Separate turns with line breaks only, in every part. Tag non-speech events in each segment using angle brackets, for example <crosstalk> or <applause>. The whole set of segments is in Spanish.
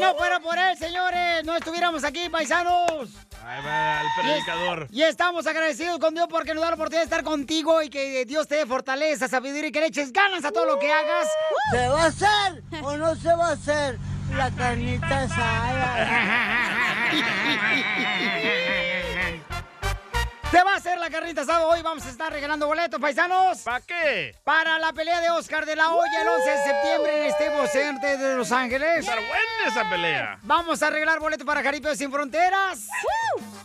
no fuera por él, señores, no estuviéramos aquí, paisanos.
Ahí va el predicador.
Y estamos agradecidos con Dios porque nos da la oportunidad de estar contigo y que Dios te dé fortaleza, sabiduría y que le eches ganas a todo lo que hagas.
¿Se va a hacer o no se va a hacer la carnita asada?
Se va a hacer la carnita asada. Hoy vamos a estar regalando boletos, paisanos.
¿Para qué?
Para la pelea de Oscar de la Hoya el 11 de septiembre en Estevo Center de Los Ángeles.
Está buena esa pelea.
Vamos a regalar boletos para Jaripeo Sin Fronteras.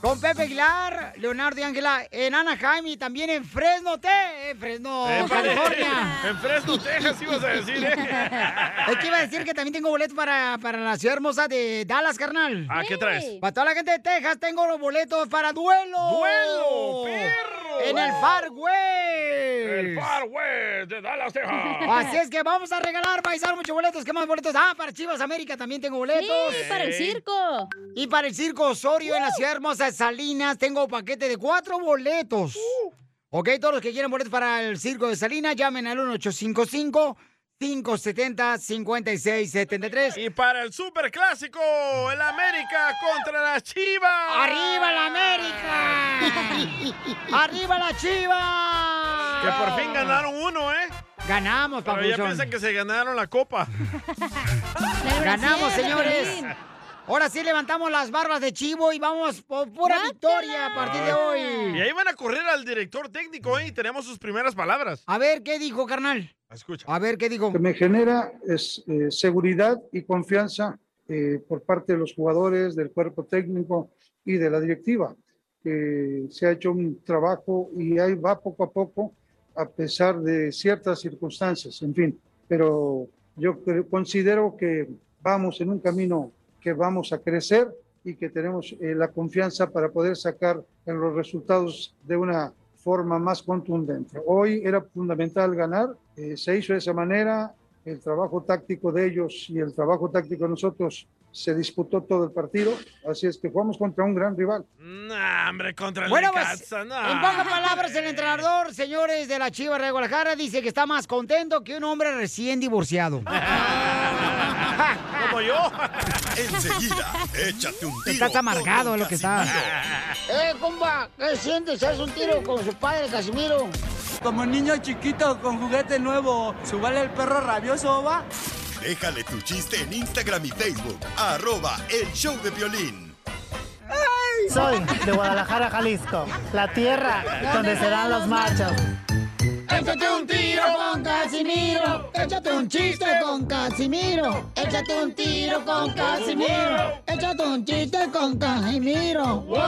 Con Pepe Aguilar, Leonardo y Ángela en Anaheim y también en Fresno, te, en Fresno,
Eh,
Oh, California.
<laughs> En Fresno, Texas ibas a
<laughs>
decir, ¿eh?
Es que iba a decir que también tengo boletos para, para la ciudad hermosa de Dallas, carnal.
Ah, ¿qué traes?
Para toda la gente de Texas tengo los boletos para duelo.
¡Duelo, perro!
En el Far West.
El Far West de Dallas, Texas.
Oh, Así es que vamos a regalar, paisar, muchos boletos. ¿Qué más boletos? Ah, para Chivas América también tengo boletos.
Sí, para el
Ey.
circo.
Y para el circo Osorio en la ciudad hermosa de Salinas tengo paquete de cuatro boletos.
Uh.
Ok, todos los que quieran boletos para el circo de Salinas, llamen al 1855 570 5673
Y para el super clásico, el América contra las Chivas.
¡Arriba la América! ¡Arriba la Chivas!
Que por fin ganaron uno, ¿eh?
Ganamos,
Pero ya
papuchón.
piensan que se ganaron la copa.
<laughs> Ganamos,
Sí,
señores.
Piolín.
Ahora sí levantamos las barbas de chivo y vamos por pura victoria a partir de
Y
hoy.
ahí van a correr al director técnico, ¿eh? Y tenemos sus primeras palabras.
A ver, ¿qué dijo, carnal?
Escucha.
A ver, ¿qué dijo?
que me genera es eh, seguridad y confianza eh, por parte de los jugadores, del cuerpo técnico y de la directiva. que se ha hecho un trabajo y ahí va poco a poco, a pesar de ciertas circunstancias, en fin. Pero yo cre- considero que vamos en un camino que vamos a crecer y que tenemos eh, la confianza para poder sacar en los resultados de una forma más contundente. Hoy era fundamental ganar, eh, se hizo de esa manera, el trabajo táctico de ellos y el trabajo táctico de nosotros se disputó todo el partido, así es que jugamos contra un gran rival.
Nah, hombre, contra el
Bueno,
de
pues,
Necaxa, nah.
en pocas palabras, el entrenador, señores de la Chiva de Guadalajara, dice que está más contento que un hombre recién divorciado.
<laughs> Como yo.
Enseguida, échate un tiro.
Estás amargado
con
lo que está.
Casimiro.
¡Eh, compa! ¿Qué sientes? ¿Haz un tiro con su padre, Casimiro? Como niño chiquito con juguete nuevo, ¿subale el perro rabioso, va?
Déjale tu chiste en Instagram y Facebook. Arroba el show de violín.
Soy de Guadalajara, Jalisco, la tierra donde se dan los machos.
Échate un tiro con Casimiro. Échate un chiste con Casimiro. Échate un tiro con Casimiro. Échate un chiste con Casimiro. ¡Wow!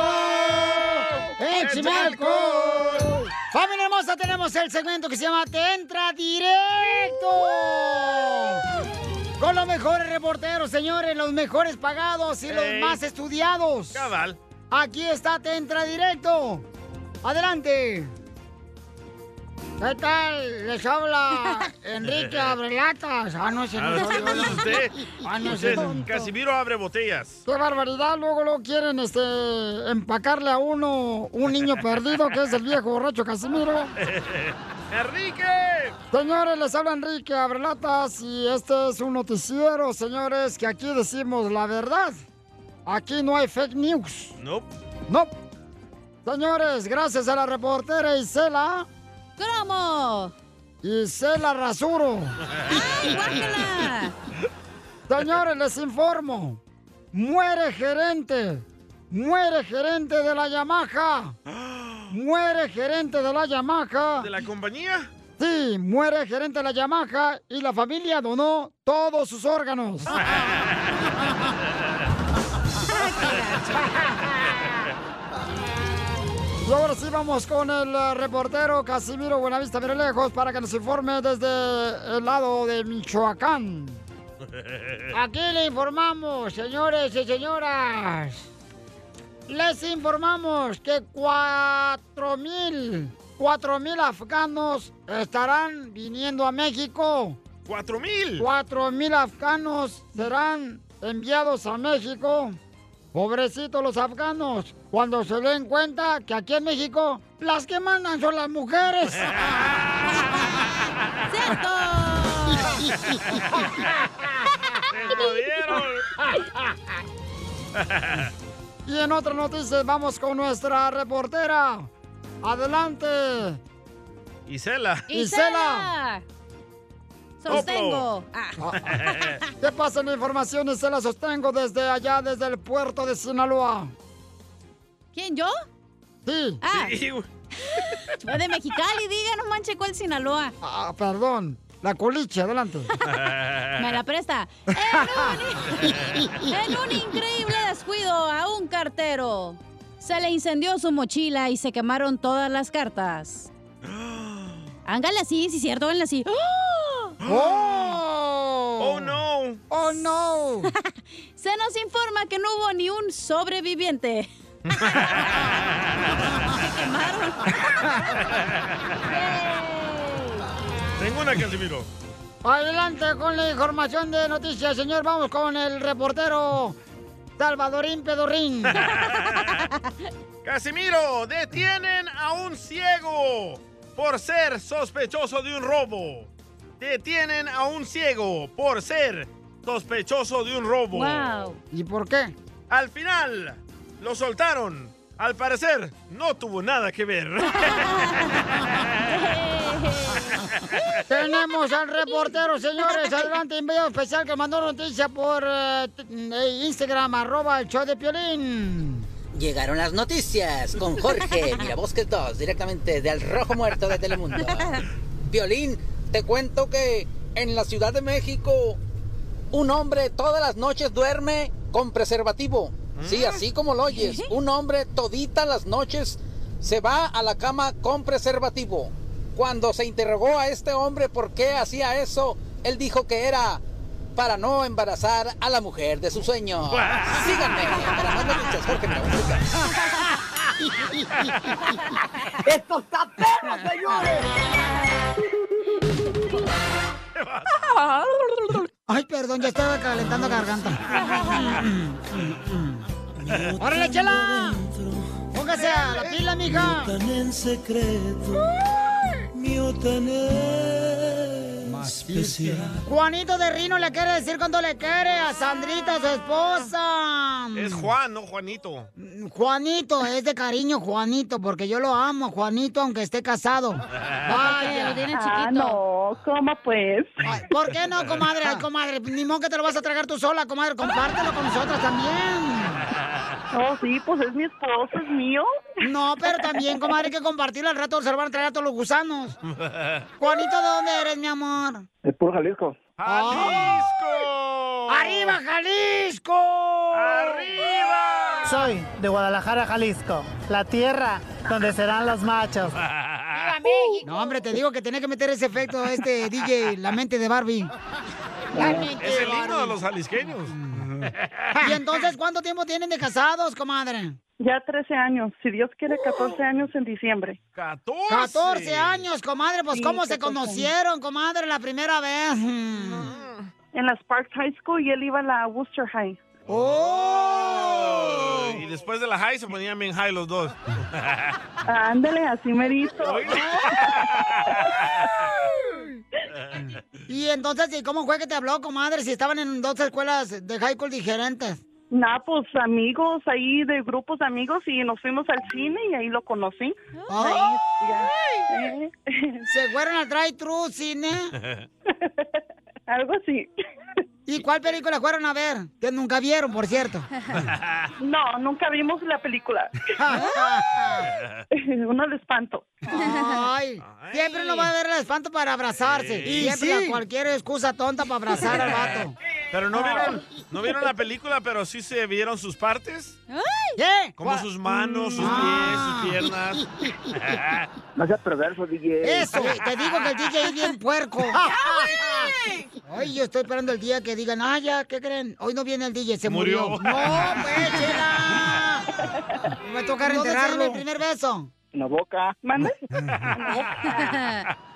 ¡Échame
<laughs> alcohol! ¡Familia hermosa! Tenemos el segmento que se llama Te Entra Directo. Con los mejores reporteros, señores, los mejores pagados y los
Ey.
más estudiados.
Cabal.
Aquí está Te Entra Directo. Adelante. ¿Qué tal? Les <laughs> habla Enrique Abrelatas. Ah, no, ese no
Ah,
soy
¿qué
yo.
pasa usted?
Ah, no, ese
Usted,
no.
Casimiro abre botellas.
Qué barbaridad, luego lo quieren este empacarle a uno un niño perdido que es el viejo borracho Casimiro.
¡Enrique!
Señores, les habla Enrique Abrelatas y este es un noticiero, señores, que aquí decimos la verdad. Aquí no hay fake news.
Nope.
No. Señores, gracias a la reportera Isela. ¡Cromo! Isela
<laughs>
Rasuro. Señores, les informo. Muere gerente. Muere gerente de la Yamaha. Muere gerente de la Yamaha.
¿De la compañía?
Sí, muere gerente de la Yamaha y la familia donó todos sus
<laughs>
órganos. Y ahora sí vamos con el eh, reportero Casimiro Buenavista Mirelejos para que nos informe desde el lado de Michoacán. Aquí le informamos, señores y señoras. Les informamos que 4.000, 4.000 afganos estarán viniendo a México.
¿4.000?
4.000 afganos serán enviados a México. Pobrecitos los afganos, cuando se den cuenta que aquí en México las que mandan son las mujeres. ¡Cierto! <laughs>
¡Te jodieron! <laughs>
Ah. Y en otras noticias vamos con nuestra reportera. Adelante,
Isela.
Isela.
Sostengo. Ah.
<laughs>
¿Qué pasa en la información? Isela Sostengo desde allá, desde el puerto de Sinaloa.
¿Quién, yo?
Sí.
Ah. <laughs> Soy de Mexicali, diga, no manche, ¿cuál Sinaloa?
Ah, perdón. La culiche, adelante.
<laughs> Me la presta. En un increíble descuido a un cartero. Se le incendió su mochila y se quemaron todas las
<gasps>
cartas. Ángale así, sí, cierto, háganle así.
¡Oh!
<gasps> ¡Oh, no!
¡Oh, no!
<laughs> Se nos informa que no hubo ni un sobreviviente. Se quemaron.
Tengo una, Casimiro.
<laughs> Adelante con la información de noticias, señor. Vamos con el reportero Salvadorín
<laughs>
Pedorrín.
Casimiro, detienen a un ciego por ser sospechoso de un robo. Detienen a un ciego por ser sospechoso de un robo.
Wow.
¿Y por qué?
Al final, lo soltaron. Al parecer, no tuvo nada que ver.
Tenemos al reportero, señores. Adelante, enviado especial que mandó noticia por eh, t- eh, Instagram, arroba el show de Piolín.
Llegaron las noticias con Jorge Mirabosques 2, directamente del Rojo Muerto de Telemundo. Violín, te cuento que en la Ciudad de México un hombre todas las noches duerme con preservativo. Sí, así como lo oyes, un hombre toditas las noches se va a la cama con preservativo. Cuando se interrogó a este hombre por qué hacía eso, él dijo que era para no embarazar a la mujer de su sueño. Síganme
<laughs>
<laughs>
para más noticias, Jorge Mirabosques.
¡Esto está perro, señores!
Ay, perdón, ya estaba calentando garganta. ¡Órale, chela! Póngase a la pila, mija.
en secreto, mío tan especial.
Juanito de Rino le quiere decir cuánto le quiere a Sandrita, su esposa.
es Juan, no Juanito.
Juanito, es de cariño Juanito, porque yo lo amo, Juanito, aunque esté casado. Vaya,
lo tiene
Ah, no, ¿cómo pues?
Ay, ¿Por qué no, comadre? Ay, comadre, ni modo que te lo vas a tragar tú sola, comadre. Compártelo con nosotras también.
Oh, sí, pues es mi esposo, es mío.
No, pero también, comadre, hay que compartirlo. Al rato se lo van a tragar a todos los gusanos. Juanito, ¿de dónde eres, mi amor?
De puro Jalisco.
¡Jalisco!
Ah. ¡Arriba, Jalisco!
¡Arriba!
Soy de Guadalajara, Jalisco, la tierra donde serán los
<laughs>
machos.
¡Viva México! No, hombre, te digo que tenía que meter ese efecto, <laughs> este DJ, la mente de Barbie. La mente
Es
de
el himno de
Barbie.
los jalisqueños.
¿Y entonces cuánto tiempo tienen de casados, comadre?
Ya 13 años, si Dios quiere 14 años en diciembre.
14.
14 años, comadre. Pues,
Sí,
¿cómo se
14 años.
conocieron, comadre, la primera vez?
Mm. En la Sparks High School y él iba a la Worcester High.
¡Oh!
Y después de la high se ponían bien high los dos. <laughs>
Ándale, así merito.
Y entonces, ¿y cómo fue que te habló, comadre? Si estaban en dos escuelas de high school diferentes.
Nah, pues amigos ahí de grupos de amigos y nos fuimos al cine y ahí lo conocí.
¡Oh!
Ya, eh,
<laughs> Se fueron al drive-thru cine.
algo así.
¿Y cuál película fueron a ver? Que nunca vieron, por cierto.
<laughs> No, nunca vimos
<laughs>
la película. Uno le espanto.
Ay, siempre no va a haber el espanto para abrazarse.
Sí.
siempre
Y sí.
la- cualquier excusa tonta para abrazar al
<laughs>
vato.
Pero no vieron, no vieron la película, pero sí se vieron sus partes.
¿Qué?
Como
¿Cuál?
sus manos, sus
Ah.
pies, sus piernas.
<laughs>
No seas perverso, DJ.
Eso, te digo que el DJ es bien
<laughs>
puerco. Ay, yo estoy esperando el día que digan, ah, ya, ¿qué creen? Hoy no viene el DJ, se murió.
Murió.
No, pues,
<laughs>
chela. Me va a tocar
¿Dónde se
enterrarlo. el
dieron el
primer beso?
En la boca.
<laughs>
¿Mande?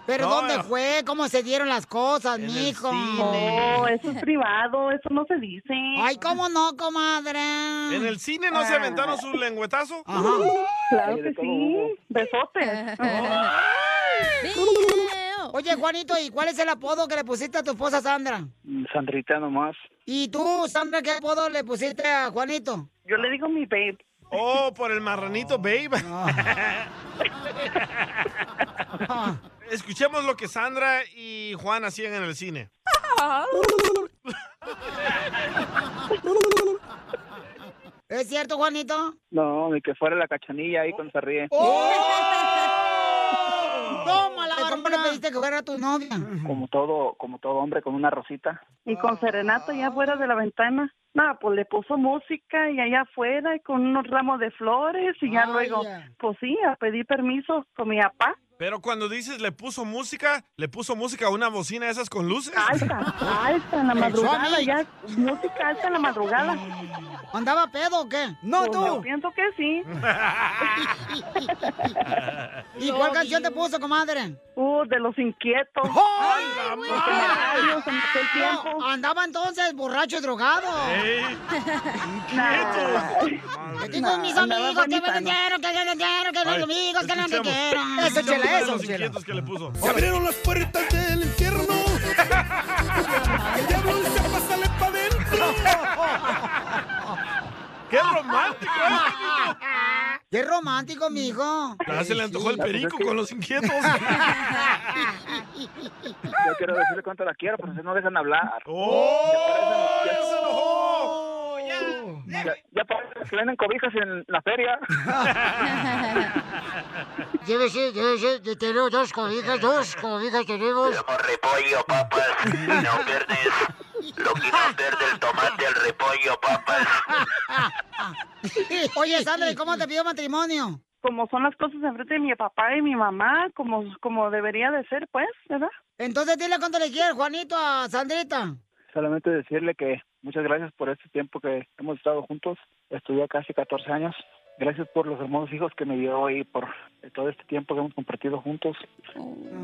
¿Pero
No,
dónde
no.
fue? ¿Cómo se dieron las cosas,
En el
mijo?
cine.
Oh, eso es privado, eso no se dice.
Ay, ¿cómo no, comadre?
En el cine no se aventaron su lengüetazo.
Ajá.
Claro
Oye,
que
de todo hubo.
sí.
<laughs>
Besotes.
Video.
Oye, Juanito, ¿y cuál es el apodo que le pusiste a tu esposa Sandra?
Mm, Sandrita nomás.
¿Y tú, Sandra, qué apodo le pusiste a Juanito?
Yo le digo mi babe.
Oh, por el marranito babe.
Ah.
<laughs> Escuchemos lo que Sandra y Juan hacían en el cine.
¿Es cierto, Juanito?
No, ni que fuera la cachanilla ahí cuando se ríe.
Oh.
¡Oh! ¡Toma la ¿Cómo le pediste que fuera tu novia?
Oh.
Como todo, como todo hombre con una rosita.
Y con serenata
Ah.
allá afuera de la ventana. Nada, pues le puso música y allá afuera y con unos ramos de flores y ya
Ah,
Ay,
luego,
ya.
pues sí, a pedir permiso con mi papá.
Pero cuando dices le puso música, le puso música a una bocina de esas con luces.
Alta, alta Ah, en la
El
madrugada,
Sonic.
ya música alta en la madrugada.
Mm. ¿Andaba pedo o qué?
No, tú. Yo pienso que sí.
¿Y cuál canción te puso, comadre?
Uh, de los inquietos.
¡Ay, No, andaba entonces borracho y drogado.
Ey.
Yo tengo mis
Andaba
amigos que me
bonita, ¿no?
vendieron, que me vendieron, que
Ay,
los amigos que no me
escuchemos.
vendieron.
Eso, Chela, eso,
Escuchemos los
Chela.
inquietos que le puso.
Se abrieron las puertas del infierno. El diablo se pásale pa' adentro.
¡Qué romántico!
<laughs> ¡Qué romántico, mijo!
Ya Ah, se le antojó el perico con
<laughs>
los inquietos.
Yo quiero decirle cuánto la quiero, pero ustedes no dejan hablar.
Oh.
Ya, ya parece que venden cobijas en la feria.
Llévese, llévese, yo tengo dos cobijas, dos cobijas tenemos.
Repollo, papas, no verdes. Lo que no verde, el tomate, el repollo, papas.
<laughs> Oye, Sandra, ¿y cómo te pidió matrimonio?
Como son las cosas enfrente de mi papá y mi mamá, como, como debería de ser, pues, ¿verdad?
Entonces dile cuánto le quieres, Juanito, a Sandrita.
Solamente decirle que muchas gracias por este tiempo que hemos estado juntos. Estudié casi 14 años. Gracias por los hermosos hijos que me dio y por todo este tiempo que hemos compartido juntos.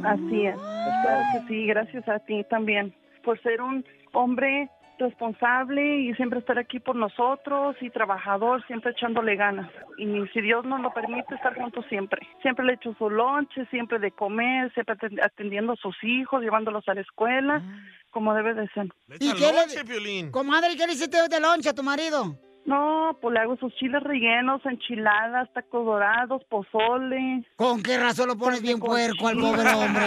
Así es. Claro que sí, gracias a ti también por ser un hombre responsable y siempre estar aquí por nosotros y trabajador, siempre echándole ganas. Y si Dios nos lo permite, estar juntos siempre. Siempre le echo su lonche, siempre de comer, siempre aten- atendiendo a sus hijos, llevándolos a la escuela, como debe de ser.
Ah. ¿Y qué le... Comadre, ¿y ¿qué le hiciste de lonche a tu marido?
No, pues le hago sus chiles rellenos, enchiladas, tacos dorados, pozole.
¿Con qué razón lo pones bien puerco al pobre hombre?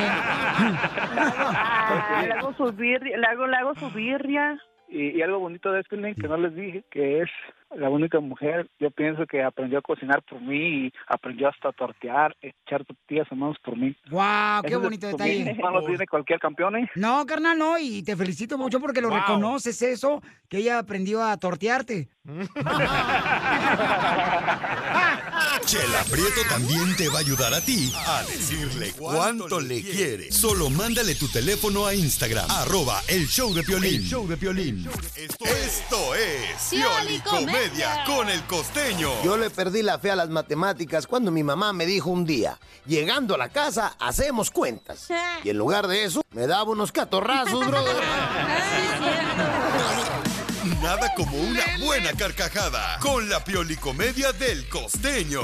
Ah, le hago sus birria, le hago, le hago su birria.
Y, y algo bonito de Skyline que no les dije, que es la única mujer, yo pienso que aprendió a cocinar por mí y aprendió hasta a tortear, echar tortillas a manos por mí.
¡Wow! ¡Qué
Eso es
bonito
por
detalle!
mí, No lo tiene cualquier campeón, ¿eh?
No, carnal, no, y te felicito mucho porque lo reconoces eso, que ella aprendió a tortearte.
Mm.
Chela Prieto también te va a ayudar a ti a decirle cuánto le quiere. Solo mándale tu teléfono a Instagram, arroba el show de Piolín.
El
show de Piolín. Esto es Pioli Comedia con el costeño.
Yo le perdí la fe a las matemáticas cuando mi mamá me dijo un día, llegando a la casa, hacemos cuentas. Y en lugar de eso, me daba unos catorrazos, brother.
Nada como una buena carcajada con la Pioli Comedia del costeño.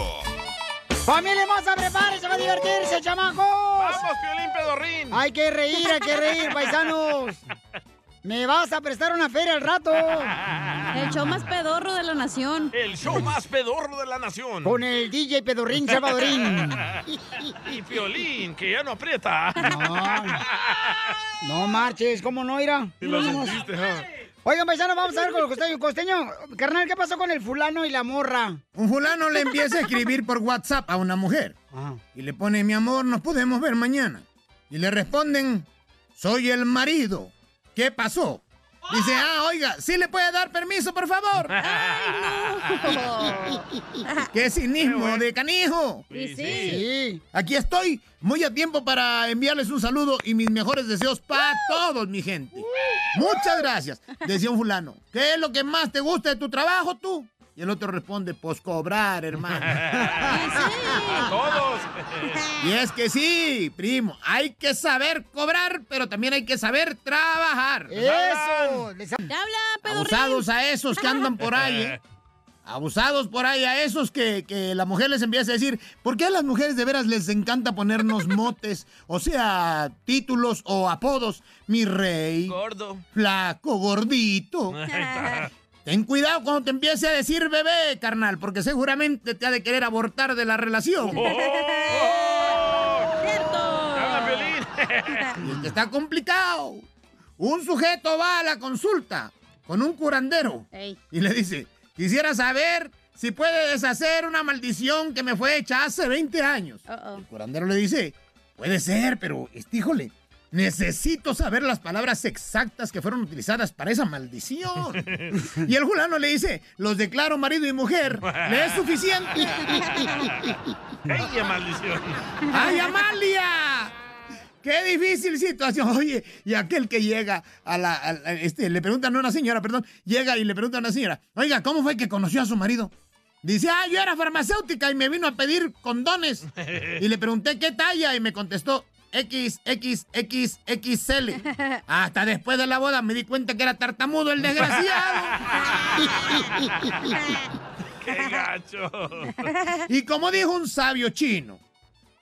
¡Familia hermosa, prepárense va a divertirse, chamacos! ¡Vamos,
Piolín Pedorrín!
Hay que reír, hay que
<laughs>
reír, paisanos. Me vas a prestar una feria al rato.
El show más pedorro de la nación.
El show <laughs> más pedorro de la nación.
Con el DJ Pedorrín
<laughs>
Salvadorín.
y Piolín, que ya no aprieta.
No marches, ¿cómo no, Ira?
<laughs> Y lo
<laughs>
sentiste, ¿ah?
Oigan, paisanos, vamos a ver con el costeño. Costeño, carnal, ¿qué pasó con el fulano y la morra?
Un fulano le empieza a escribir por WhatsApp a una mujer. Y le pone, mi amor, nos podemos ver mañana. Y le responden, soy el marido. ¿Qué pasó? Dice, ah, oiga, ¿sí le puede dar permiso, por favor? <laughs> ¡Qué cinismo de canijo!
Y sí. Sí.
Aquí estoy, muy a tiempo para enviarles un saludo y mis mejores deseos para todos, mi gente. Muchas gracias, decía un fulano. ¿Qué es lo que más te gusta de tu trabajo, tú? Y el otro responde, pues cobrar,
<laughs>
hermano.
A todos.
Y es que sí, primo, hay que saber cobrar, pero también hay que saber trabajar.
¡Eso!
Abusados a esos que andan por ahí, ¿eh? Abusados por ahí, a esos que, que la mujer les empieza a decir, ¿por qué a las mujeres de veras les encanta ponernos motes? O sea, títulos o apodos. Mi rey.
Gordo.
Flaco, gordito. Ten cuidado cuando te empiece a decir bebé, carnal, porque seguramente te ha de querer abortar de la relación.
Oh.
Y es que está complicado. Un sujeto va a la consulta con un curandero y le dice, quisiera saber si puede deshacer una maldición que me fue hecha hace 20 años. El curandero le dice, puede ser, pero este, híjole, necesito saber las palabras exactas que fueron utilizadas para esa maldición. y el fulano le dice, los declaro marido y mujer, ¿le es
<laughs>
suficiente?
¡Ella, maldición!
¡Ay, Amalia! ¡Qué difícil situación! Oye, y aquel que llega a la... a la- este, le preguntan a una señora, perdón, llega y le preguntan a una señora, oiga, ¿cómo fue que conoció a su marido? Dice, ah, yo era farmacéutica y me vino a pedir condones. Y le pregunté qué talla y me contestó XXXXL. Hasta después de la boda me di cuenta que era tartamudo el desgraciado.
¡Qué gacho!
Y como dijo un sabio chino,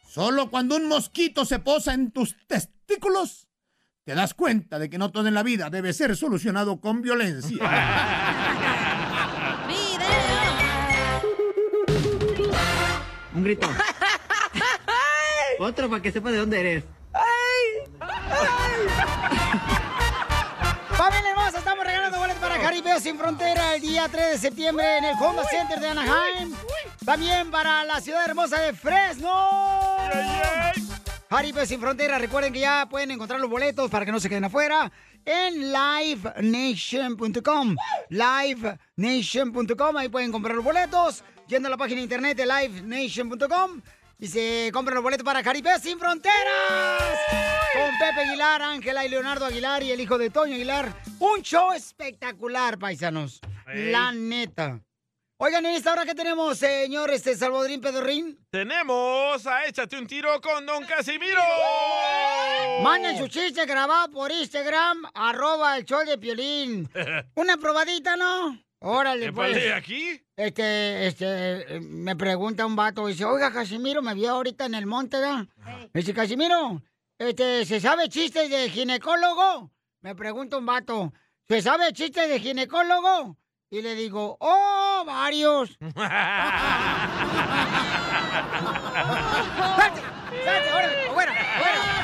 solo cuando un mosquito se posa en tus testículos, te das cuenta de que no todo en la vida debe ser solucionado con violencia.
<laughs> Un grito. Otro para que sepa de dónde eres.
¡Familia hermosa! Estamos regalando boletos para Jaripeo Sin Frontera el día 3 de septiembre en el Honda Center de Anaheim. También para la ciudad hermosa de Fresno. Jaripeo Sin Frontera, recuerden que ya pueden encontrar los boletos para que no se queden afuera en livenation.com. Livenation.com, ahí pueden comprar los boletos yendo a la página de internet de livenation.com. Y se compran los boletos para Jaripeo Sin Fronteras. Con Pepe Aguilar, Ángela y Leonardo Aguilar y el hijo de Toño Aguilar. Un show espectacular, paisanos.
Ey.
La neta. Oigan, en esta hora que tenemos, señor este Salvadorín Pedorrín.
Tenemos a Échate un tiro con Don Casimiro.
Manden su chiste grabado por Instagram, arroba el show de Piolín. Una probadita, ¿no? Órale,
Épale,
pues. <laughs>
¿aquí?
Este, este, eh, me pregunta un vato, dice, oiga, Casimiro, me vio ahorita en el monte, ¿verdad? Me dice, Casimiro, este, ¿se sabe chistes de ginecólogo? Me pregunta un vato, ¿se sabe chistes de ginecólogo? Y le digo, oh, varios.
Mm.
¡Salte! ¡Salte! ¡Órale! ¡Fuera!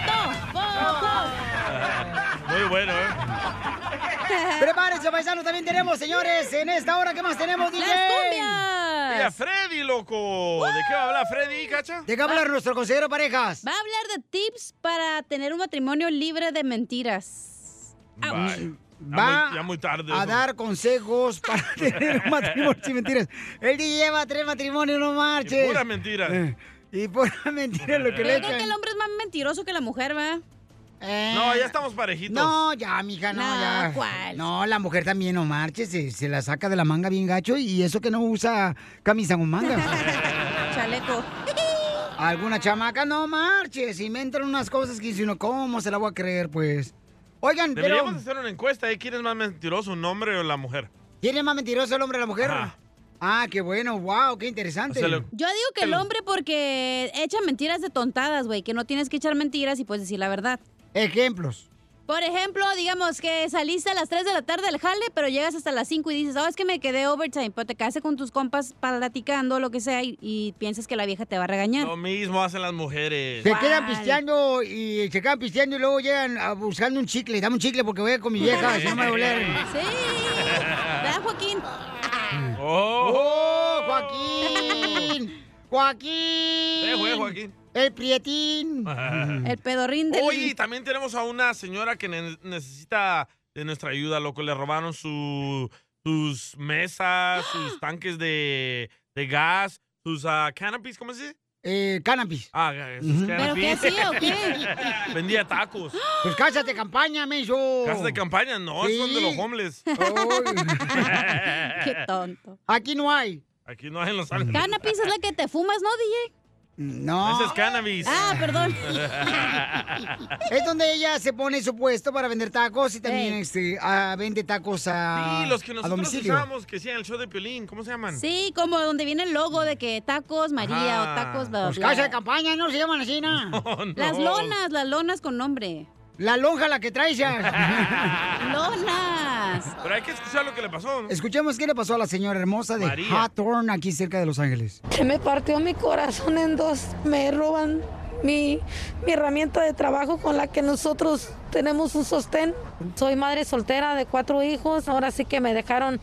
Muy bueno, ¿eh?
Prepárense, paisanos, también tenemos, señores, en esta hora, ¿qué más tenemos, DJ?
Y a Freddy, loco. ¿De qué va a hablar Freddy, cacha? Ah.
¿De qué hablar nuestro consejero parejas?
Va a hablar de tips para tener un matrimonio libre de mentiras.
Bye.
Ouch.
Ya
Va
muy- ya muy tarde.
a
eso.
dar consejos
<laughs>
para tener un matrimonio sin mentiras. Él lleva tres matrimonios, no marches.
Puras mentiras.
Eh, Y pura <laughs> mentira lo que le
Yo creo que el
echan.
hombre es más mentiroso que la mujer, ¿va?
No, ya estamos parejitos.
Eh. No, ya, mija, no,
No,
ya.
¿cuál?
No, la mujer también no marches, se, se la saca de la manga bien gacho y eso que no usa camisa con
<laughs>
manga.
<laughs>
Chaleco.
Alguna chamaca no marches, inventan unas cosas que dice uno, ¿cómo se la voy a creer, pues? Oigan,
Deberíamos
pero
hacer una encuesta, ¿eh? ¿Quién es más mentiroso, un hombre o la mujer?
¿quién es más mentiroso, el hombre o la mujer?
Ajá.
Ah, qué bueno, wow, qué interesante.
O sea, lo-
Yo digo que el hombre porque echa mentiras de tontadas, güey, que no tienes que echar mentiras y puedes decir la verdad.
Ejemplos.
Por ejemplo, digamos que saliste a las 3 de la tarde al jale, pero llegas hasta las 5 y dices, oh, es que me quedé overtime, pero te quedaste con tus compas platicando, lo que sea, y, y piensas que la vieja te va a regañar.
Lo mismo hacen las mujeres. <laughs>
Se quedan pisteando y se quedan pisteando y luego llegan a- buscando un chicle. Dame un chicle porque voy a ir con mi vieja, si no me va a doler.
¿Verdad, Joaquín?
¡Oh, Joaquín! ¡Joaquín!
Sí, fue Joaquín.
El Prietín. Mm.
El
<laughs>
pedorrín del...
Oye, y también tenemos a una señora que ne- necesita de nuestra ayuda, loco. Le robaron su, sus
¡Ah!
mesas, sus tanques de, de gas, sus ah, canopies, ¿cómo se dice?
Eh, cannabis.
Ah, ga- sus
Ujú.
¿Pero qué
canopies.
hacía o qué?
<laughs> Vendía tacos.
Pues cásate campaña, menso.
Casas de campaña, no,
Oh. Sí.
son de
<laughs>
los homeless.
Qué tonto.
Aquí no hay.
Aquí no hay en Los Ángeles.
Cannabis es la que te fumas, ¿no, DJ?
No.
Ese es cannabis.
Ah, perdón.
Es donde ella se pone en su puesto para vender tacos y también este, ah, vende tacos a,
<laughs> Sí, los que
a
nosotros
domicilio.
<laughs> usábamos que hacían el show de Piolín, ¿cómo se llaman?
Sí, como donde viene el logo de que tacos María
Ajá.
o tacos bla, bla,
Pues
bla.
casa de
campaña, no se llaman así, ¿no?
Las lonas, las lonas con nombre.
La lonja la que traes ya.
<laughs> ¡Lonas!
Pero hay que escuchar lo que le pasó, ¿no?
Escuchemos qué le pasó a la señora hermosa de
María.
Hawthorne, aquí cerca de Los Ángeles.
Se me partió mi corazón en dos. Me roban mi, mi herramienta de trabajo con la que nosotros tenemos un sostén. Soy madre soltera de cuatro hijos. Ahora sí que me dejaron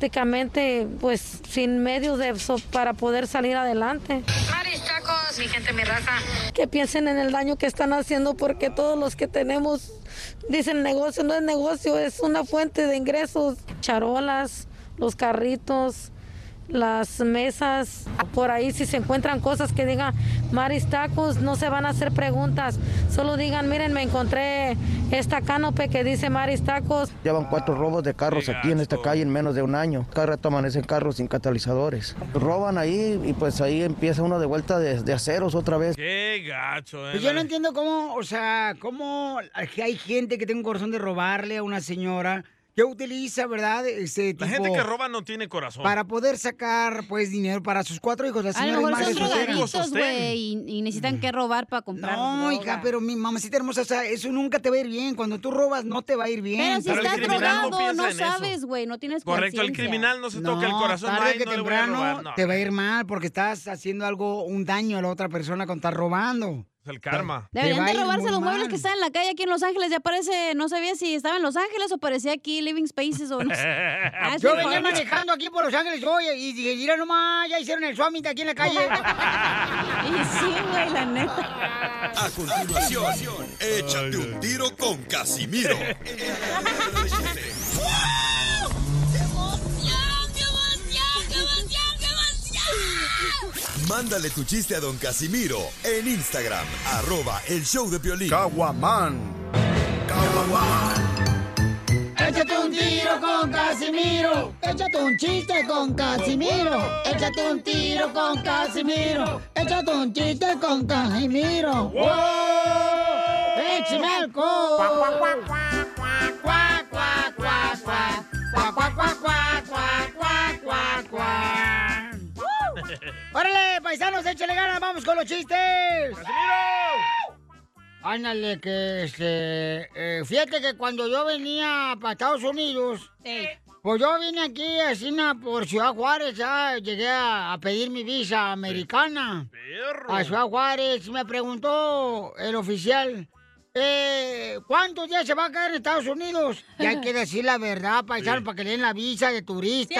prácticamente pues sin medios de so- para poder salir adelante.
Maris, tacos, mi gente, mi raza.
Que piensen en el daño que están haciendo porque todos los que tenemos dicen negocio, no es negocio, es una fuente de ingresos. Charolas, los carritos, las mesas, por ahí si se encuentran cosas que digan Maris Tacos, no se van a hacer preguntas, solo digan, miren, me encontré esta canope que dice Maris Tacos.
Ya van cuatro robos de carros aquí en esta calle en menos de un año. Cada rato amanecen carros sin catalizadores. Roban ahí y pues ahí empieza uno de vuelta de, de aceros otra vez.
Qué gacho, eh.
Pues yo no entiendo cómo, o sea, cómo hay gente que tiene un corazón de robarle a una señora que utiliza, ¿verdad? Este
La gente que roba no tiene corazón.
Para poder sacar, pues, dinero para sus cuatro hijos. La
A
señora
lo mejor
es madre
son
soltera.
drogadictos, güey, y, y necesitan que robar para comprar
No, hija, pero mi mamacita hermosa, o sea, eso nunca te va a ir bien. Cuando tú robas, no te va a ir bien.
Pero
Mm,
si Pero el estás criminal no drogado, piensa no en eso. sabes, güey, no tienes
Correcto, el conciencia. criminal no se toca el corazón,
Tarde
"Ay,
que
no le voy a
temprano
robar", no.
te va a ir mal porque estás haciendo algo, un daño a la otra persona cuando estás robando.
Es el karma.
Te
Deberían
va a
de
ir
robarse
muy
los
mal.
muebles que están en la calle aquí en Los Ángeles. Ya parece, no sabía si estaba en Los Ángeles o parecía aquí Living Spaces o no
<laughs>
sé. Ah, es
Yo
mi
venía
forma.
manejando aquí por Los Ángeles hoy y dije, mira nomás, ya hicieron el summit aquí en la calle.
y sí, güey, la neta.
A continuación, échate un tiro con Casimiro. Mándale tu chiste a don Casimiro en Instagram, arroba el show de violín. Caguaman.
<laughs> Échate un tiro con Casimiro. Échate un chiste con Casimiro. Échate un tiro con Casimiro. Échate un chiste con Casimiro. ¡Wow! ¡Échame alcohol!
Cuac, cuac, cuac,
Cuac, cuac, cuac, cuac. Cuac, cuac, cuac, cuac, cuac, cuac, cuac, cuac. ¡Órale, paisanos, échale ganas! ¡Vamos con los chistes! Ándale, que este. eh, fíjate que cuando yo venía para Estados Unidos, pues yo vine aquí así na, por Ciudad Juárez, ya llegué a, a pedir mi visa americana. A Ciudad Juárez, me preguntó el oficial. eh, ¿Cuántos días se va a quedar en Estados Unidos? Y hay que decir la verdad, paisano, para que le den la visa de turista.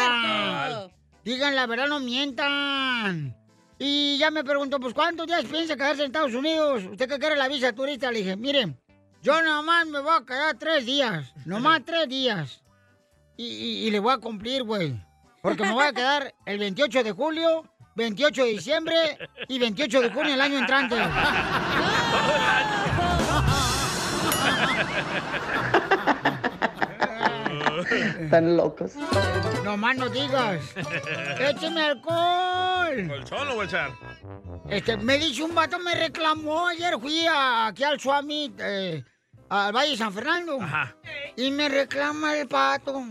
Cierto.
Digan la verdad, no mientan. Y ya me preguntó, pues, ¿cuántos días piensa quedarse en Estados Unidos? ¿Usted que quiere la visa de turista? Le dije, mire, yo nomás me voy a quedar tres días. Nomás tres días. Y, y- y le voy a cumplir, güey. Porque me voy a quedar el 28 de julio, 28 de diciembre y 28 de junio el año entrante.
Están locos.
Nomás no digas. ¡Écheme alcohol!
¿Colchón lo voy a echar?
Este, me dice un vato, me reclamó ayer, fui a- aquí al Suami, al Valle de San Fernando. Y me reclama el pato.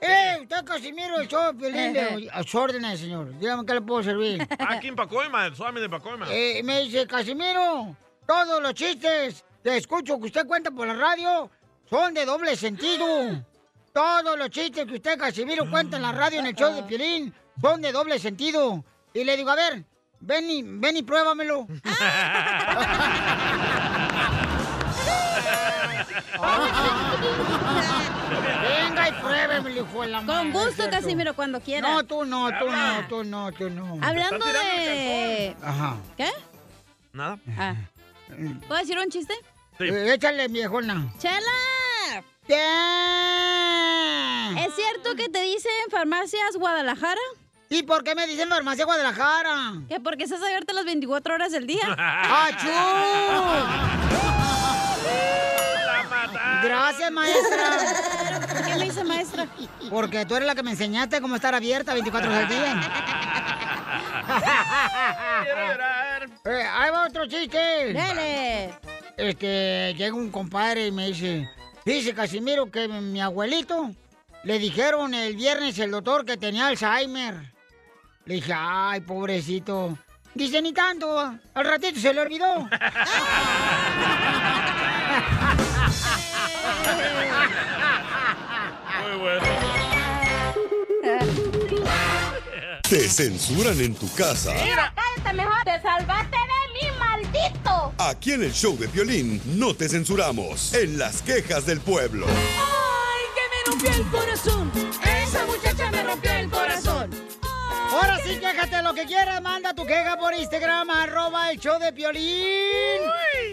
¡Eh, usted Casimiro, el show de Piolín", le digo, A sus órdenes, señor. Dígame qué le puedo servir.
Ah, Aquí en Pacoima, el suami de Pacoima.
Eh, me dice, Casimiro, todos los chistes que escucho que usted cuenta por la radio son de doble sentido. Todos los chistes que usted, Casimiro, cuenta en la radio en el show de Piolín son de doble sentido. Y le digo, a ver, ven y, ven y pruébamelo. Venga y pruébemelo, hijo de la
Con gusto, Casimiro, cuando quiera.
No, tú no, tú
Ah.
no, tú no, tú no.
Hablando de...
Ajá.
¿Qué?
Nada.
Ah. ¿Puedo decir un chiste?
Eh, Échale, viejona.
¡Chela!
¿Es
cierto que te dicen farmacias Guadalajara?
¿Y por qué me dicen farmacia Guadalajara?
Que porque estás abierta las 24 horas del
<laughs>
día.
¡Achú! Gracias, maestra.
¿Por qué me dice maestra?
Porque tú eres la que me enseñaste <laughs> cómo estar abierta 24 horas al día.
Quiero llorar.
Eh, ahí va otro chiste. Dale. Este, llega un compadre y me dice, dice Casimiro que mi mi abuelito le dijeron el viernes el doctor que tenía Alzheimer. Le dije, ay, pobrecito. Dice, ni tanto, al ratito se le olvidó.
Muy bueno.
Te censuran en tu casa.
cállate mejor. Te salvaste de mí, maldito.
Aquí en el show de violín no te censuramos. En las quejas del pueblo.
Ay, que me rompió el corazón. Esa muchacha me rompió el corazón.
Ahora sí, quéjate lo que quieras, manda tu queja por Instagram, arroba el show de Piolín.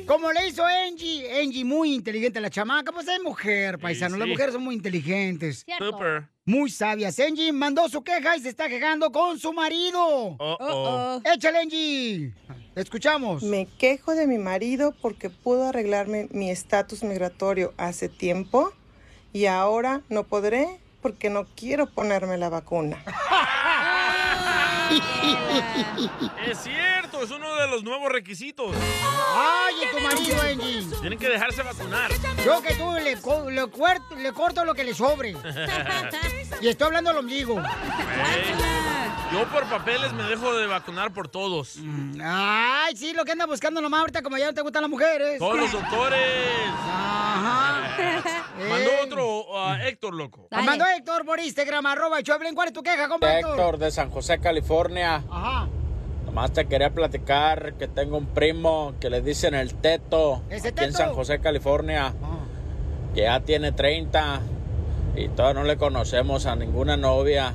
Como le hizo Angie, Angie muy inteligente la chamaca, pues es mujer, paisano, las
sí.
mujeres son muy inteligentes.
Cierto. Súper.
<laughs> Muy sabias. Angie mandó su queja y se está quejando con su marido.
Uh-oh.
Échale, Angie. Escuchamos.
Me quejo de mi marido porque pudo arreglarme mi estatus migratorio hace tiempo y ahora no podré porque no quiero ponerme la vacuna.
Es cierto, es uno de los nuevos requisitos.
Ay, y tu marido, Angie.
Tienen que dejarse vacunar.
Yo que tú le, co- le cuer- le corto lo que le sobre. Y estoy hablando al ombligo.
Ey, Yo por papeles me dejo de vacunar por todos.
Mm. Ay, sí, lo que anda buscando nomás ahorita, como ya no te gustan las mujeres.
Todos
<laughs>
los doctores.
Ajá. Eh.
Mandó
Ey.
otro a Héctor, loco.
Nos mandó Héctor por Instagram, arroba el Choplin. ¿Cuál es tu queja, compa Héctor?
Héctor de San José, California.
Ajá.
Nomás te quería platicar que tengo un primo que le dicen el teto
Ese
aquí en
Teto. Ah.
San José, California, que ya tiene 30 y todavía no le conocemos a ninguna novia.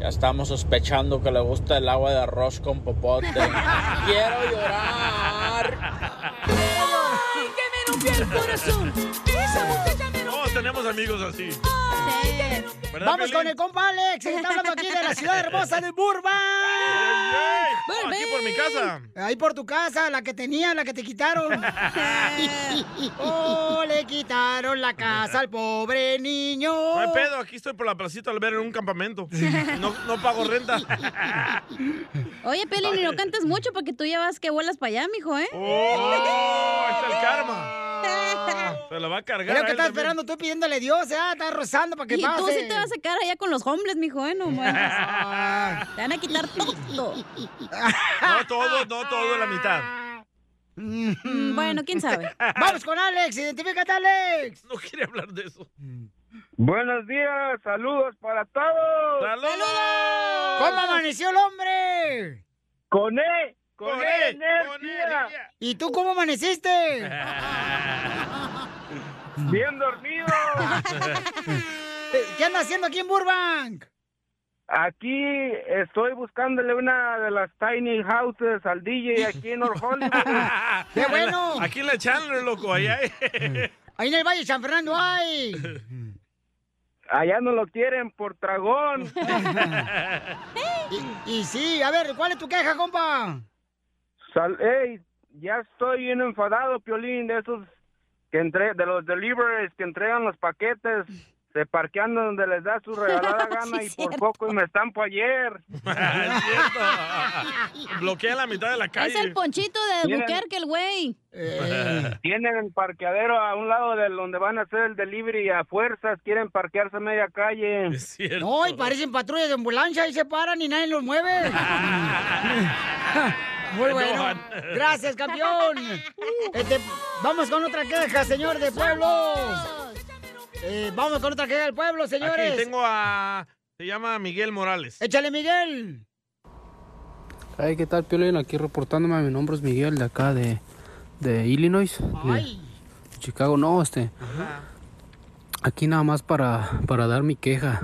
Ya estamos sospechando que le gusta el agua de arroz con
<laughs>
popote. Quiero llorar.
Ay, que me rompió el corazón. Esa muchacha me
Todos tenemos amigos así. ¿Verdad,
Vamos
Piolín?
con el compa Alex, que está hablando aquí de la ciudad hermosa de Burbank.
Oh, aquí por mi casa.
Ahí por tu casa, la que tenía, la que te
<laughs>
quitaron. oh, le quitaron la casa al pobre niño.
No hay pedo, aquí estoy por la placita al ver en un campamento. No, no pago
<laughs>
renta.
Oye, Pelín, y no cantes mucho porque tú ya vas que vuelas para allá, mijo, ¿eh?
¡Oh! Está el
<laughs>
karma. Se la va a cargar.
Creo que
a él
estás
también.
esperando, tú pidiéndole a Dios, ¿eh? Estás rozando para que
Y
pase.
tú sí te vas a quedar allá con los hombres, mijo,
<laughs>
¿eh? No mueras. Te van a quitar todo.
<laughs> No todo, no todo, la mitad.
Mm, Bueno, quién sabe.
Vamos con Alex, identifícate, Alex.
No quiere hablar de eso.
Buenos días, saludos para todos.
¡Saludos!
¿Cómo amaneció el hombre?
Con E, con,
Con
E,
E,
energía.
¿Y tú cómo amaneciste?
<laughs> Bien dormido.
Eh, <laughs> ¿Qué anda haciendo aquí en Burbank?
<laughs> Aquí estoy buscándole una de las tiny houses al DJ aquí en North Hollywood.
<laughs> ¡Qué bueno!
Aquí en la Chandler, loco, allá.
Ahí en el Valle de San Fernando hay.
Allá no lo quieren por
<laughs>
tragón.
y, y sí, a ver, ¿cuál es tu queja, compa?
Sal- ey, ya estoy bien enfadado, Piolín, de esos que entre, de los deliveries que entregan los paquetes, se parquean donde les da su
<laughs>
regalada gana
Sí,
y por poco y me estampo ayer.
<laughs> Es cierto. Bloquea la mitad de la calle.
Es el
<laughs>
ponchito de
Miren.
Buquerque, el güey.
Eh,
Tienen el parqueadero a un lado de donde van a hacer el delivery y a fuerzas quieren parquearse a media calle.
No, y parecen patrullas de ambulancia y se paran y nadie los mueve. <laughs> Ah, Muy bueno. Gracias,
<laughs>
campeón. Este, vamos con otra queja, señor de pueblo. Eh, vamos con otra queja del pueblo, señores.
Aquí tengo a... Ah, Se llama Miguel Morales.
Échale, Miguel.
Ay, ¿qué tal, Piolín? Aquí reportándome, mi nombre es Miguel, de acá de, de Illinois, de Chicago, no, este, aquí nada más para, para dar mi queja.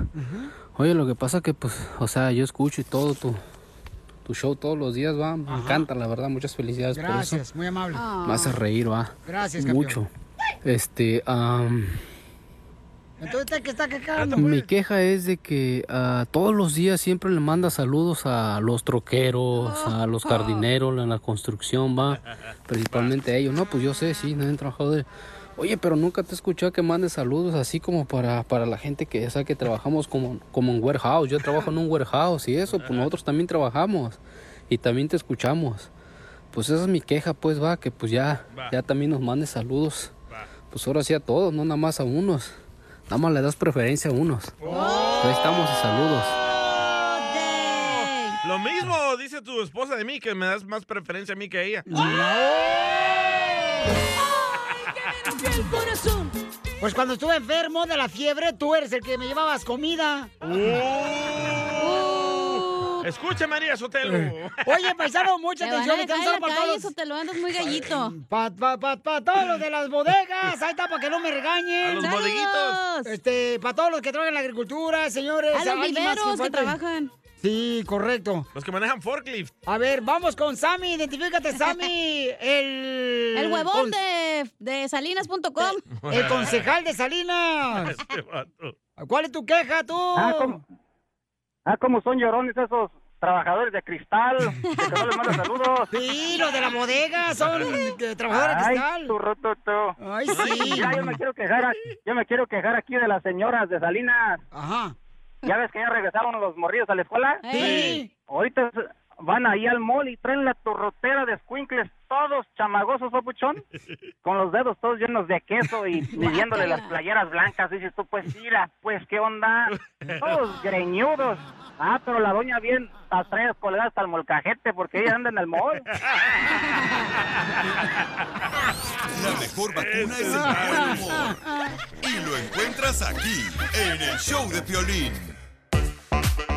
Oye, lo que pasa que, pues, o sea, yo escucho y todo tu, tu show todos los días, va, me encanta, la verdad, muchas felicidades por
Gracias,
eso. Ah.
muy amable.
Me hace reír, va.
Gracias, campeón.
Mucho. Este, am,
Entonces, ¿qué está quejando? pues.
mi queja es de que ah, todos los días siempre le manda saludos a los troqueros, a los jardineros, a la construcción, va, principalmente a ellos. No, pues yo sé, sí, no han trabajado de... Oye, pero nunca te he escuchado que mandes saludos así como para, para la gente que sabe que trabajamos como, como en warehouse. Yo trabajo en un warehouse y eso, pues nosotros también trabajamos y también te escuchamos. Pues esa es mi queja, pues va, que pues ya,
Va.
ya también nos mandes saludos. Pues ahora sí a todos, no nada más a unos. Nada más le das preferencia a unos. Ahí estamos y saludos.
Lo mismo dice tu esposa de mí, que me das más preferencia a mí que a ella.
el corazón. Pues cuando estuve enfermo de la fiebre, tú eres el que me llevabas comida.
<laughs> Oh.
Oh.
Escucha, María Sotelo.
Eh. Oye, pues, paisano, mucha
Te van a
atención.
dejar en
estamos
la
para
calle,
todos.
eso te lo andas muy gallito.
Para todos los de las bodegas, ahí está, para que no me regañen.
A los ¡Saludos! bodeguitos.
Este, para todos los que trabajan en la agricultura, señores.
A <laughs> los
alguien más
viveros que
falte.
trabajan.
Sí, correcto. Ah,
Los que manejan forklift.
A ver, vamos con Sammy, identifícate,
<laughs>
Sammy, el...
El huevón
con-
de, de salinas.com.
Eh, El concejal
<laughs>
de Salinas. ¿Cuál es tu queja, tú?
Ah, ¿cómo? Ah, como son llorones esos trabajadores de cristal. que
<laughs>
no les mando saludos.
Sí, los de la bodega son eh, trabajadores de
Ay,
cristal.
tu rototo.
Ay, sí.
Ya, yo me quiero quejar, a- yo me quiero quejar aquí de las señoras de Salinas.
Ajá.
¿Ya ves que ya regresaron los morrillos a la escuela?
Sí.
Ahorita se- van ahí al mall y traen la torrotera de squinkles todos chamagosos, papuchón, con los dedos todos llenos de
<laughs>
queso y midiéndole las playeras blancas. Dices tú, pues mira, pues qué onda, todos greñudos. Ah, pero la doña bien, las trae colgadas hasta el molcajete porque ella anda en el mall.
La mejor vacuna es el buen humor. Y lo encuentras aquí, en el show de Piolín.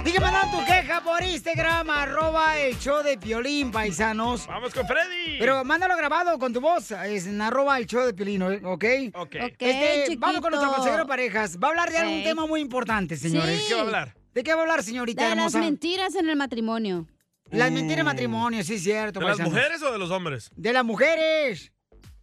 Dígame ¿no? tu queja por Instagram, arroba el show de Piolín, paisanos.
¡Vamos con Freddy!
Pero mándalo grabado con tu voz, es en arroba el show de Piolín, ¿ok? Ok. Este, vamos con nuestro
chiquito.
consejero de parejas. Va a hablar de algún
Ok.
tema muy importante, señores.
Sí. ¿De qué va a hablar?
¿De qué va a hablar, señorita
De las
hermosa?
mentiras en el matrimonio.
Las mentiras en matrimonio, sí, cierto.
¿De las
paisanos.
mujeres o de los hombres?
De las mujeres.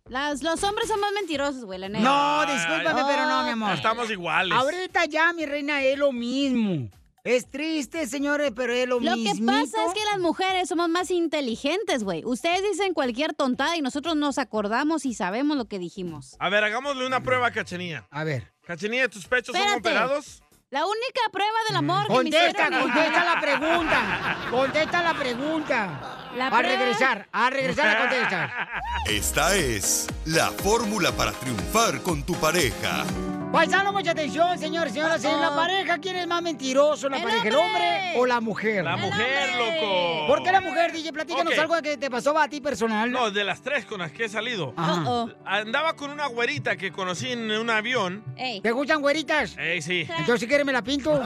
Las, los hombres son más mentirosos, güey, la neta.
No, discúlpame, pero no, mi amor.
Estamos iguales.
Ahorita ya, mi reina, es lo mismo. Es triste, señores, pero es lo,
Lo
mismo.
que pasa es que las mujeres somos más inteligentes, güey. Ustedes dicen cualquier tontada y nosotros nos acordamos y sabemos lo que dijimos.
A ver, hagámosle una prueba a Cachenía.
A ver.
Cachenía, ¿tus pechos son
Espérate.
operados?
La única prueba del amor que me
Contesta,
hicieron-
contesta
<laughs>
la pregunta. Contesta la pregunta.
La
a
prueba-
regresar, a regresar a contestar.
Esta es la fórmula para triunfar con tu pareja.
Paisano, mucha atención, señores, señoras. En la
Oh.
pareja, ¿quién es más mentiroso? ¿La
El
pareja, el hombre o la mujer?
La mujer, loco.
¿Por qué la mujer, DJ? Platícanos
Ok.
algo que te pasó a ti personal.
No, de las tres con las que he salido.
Ajá.
Andaba con una güerita que conocí en un avión.
¿Te gustan güeritas?
Ey, sí.
Entonces, si quieres, me la
<laughs>
pinto.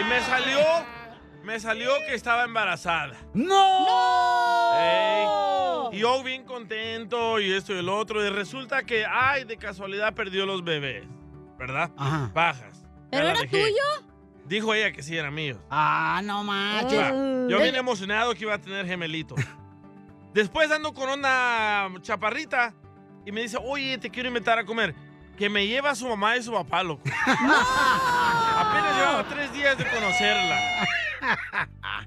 Y me salió, me salió que estaba embarazada.
¡No! ¡Oh!
Ey, y yo bien contento y esto y el otro. Y resulta que, ay, de casualidad perdió los bebés. ¿Verdad?
Ajá.
Bajas.
¿Pero
Ya
era
la dejé.
tuyo?
Dijo ella que sí, era mío.
Ah, no manches.
Va. Yo bien emocionado que iba a tener gemelito. Después ando con una chaparrita y me dice, oye, te quiero invitar a comer. Que me lleva su mamá y su papá,
<laughs>
loco.
Ah.
Apenas llevaba tres días
<laughs>
de conocerla.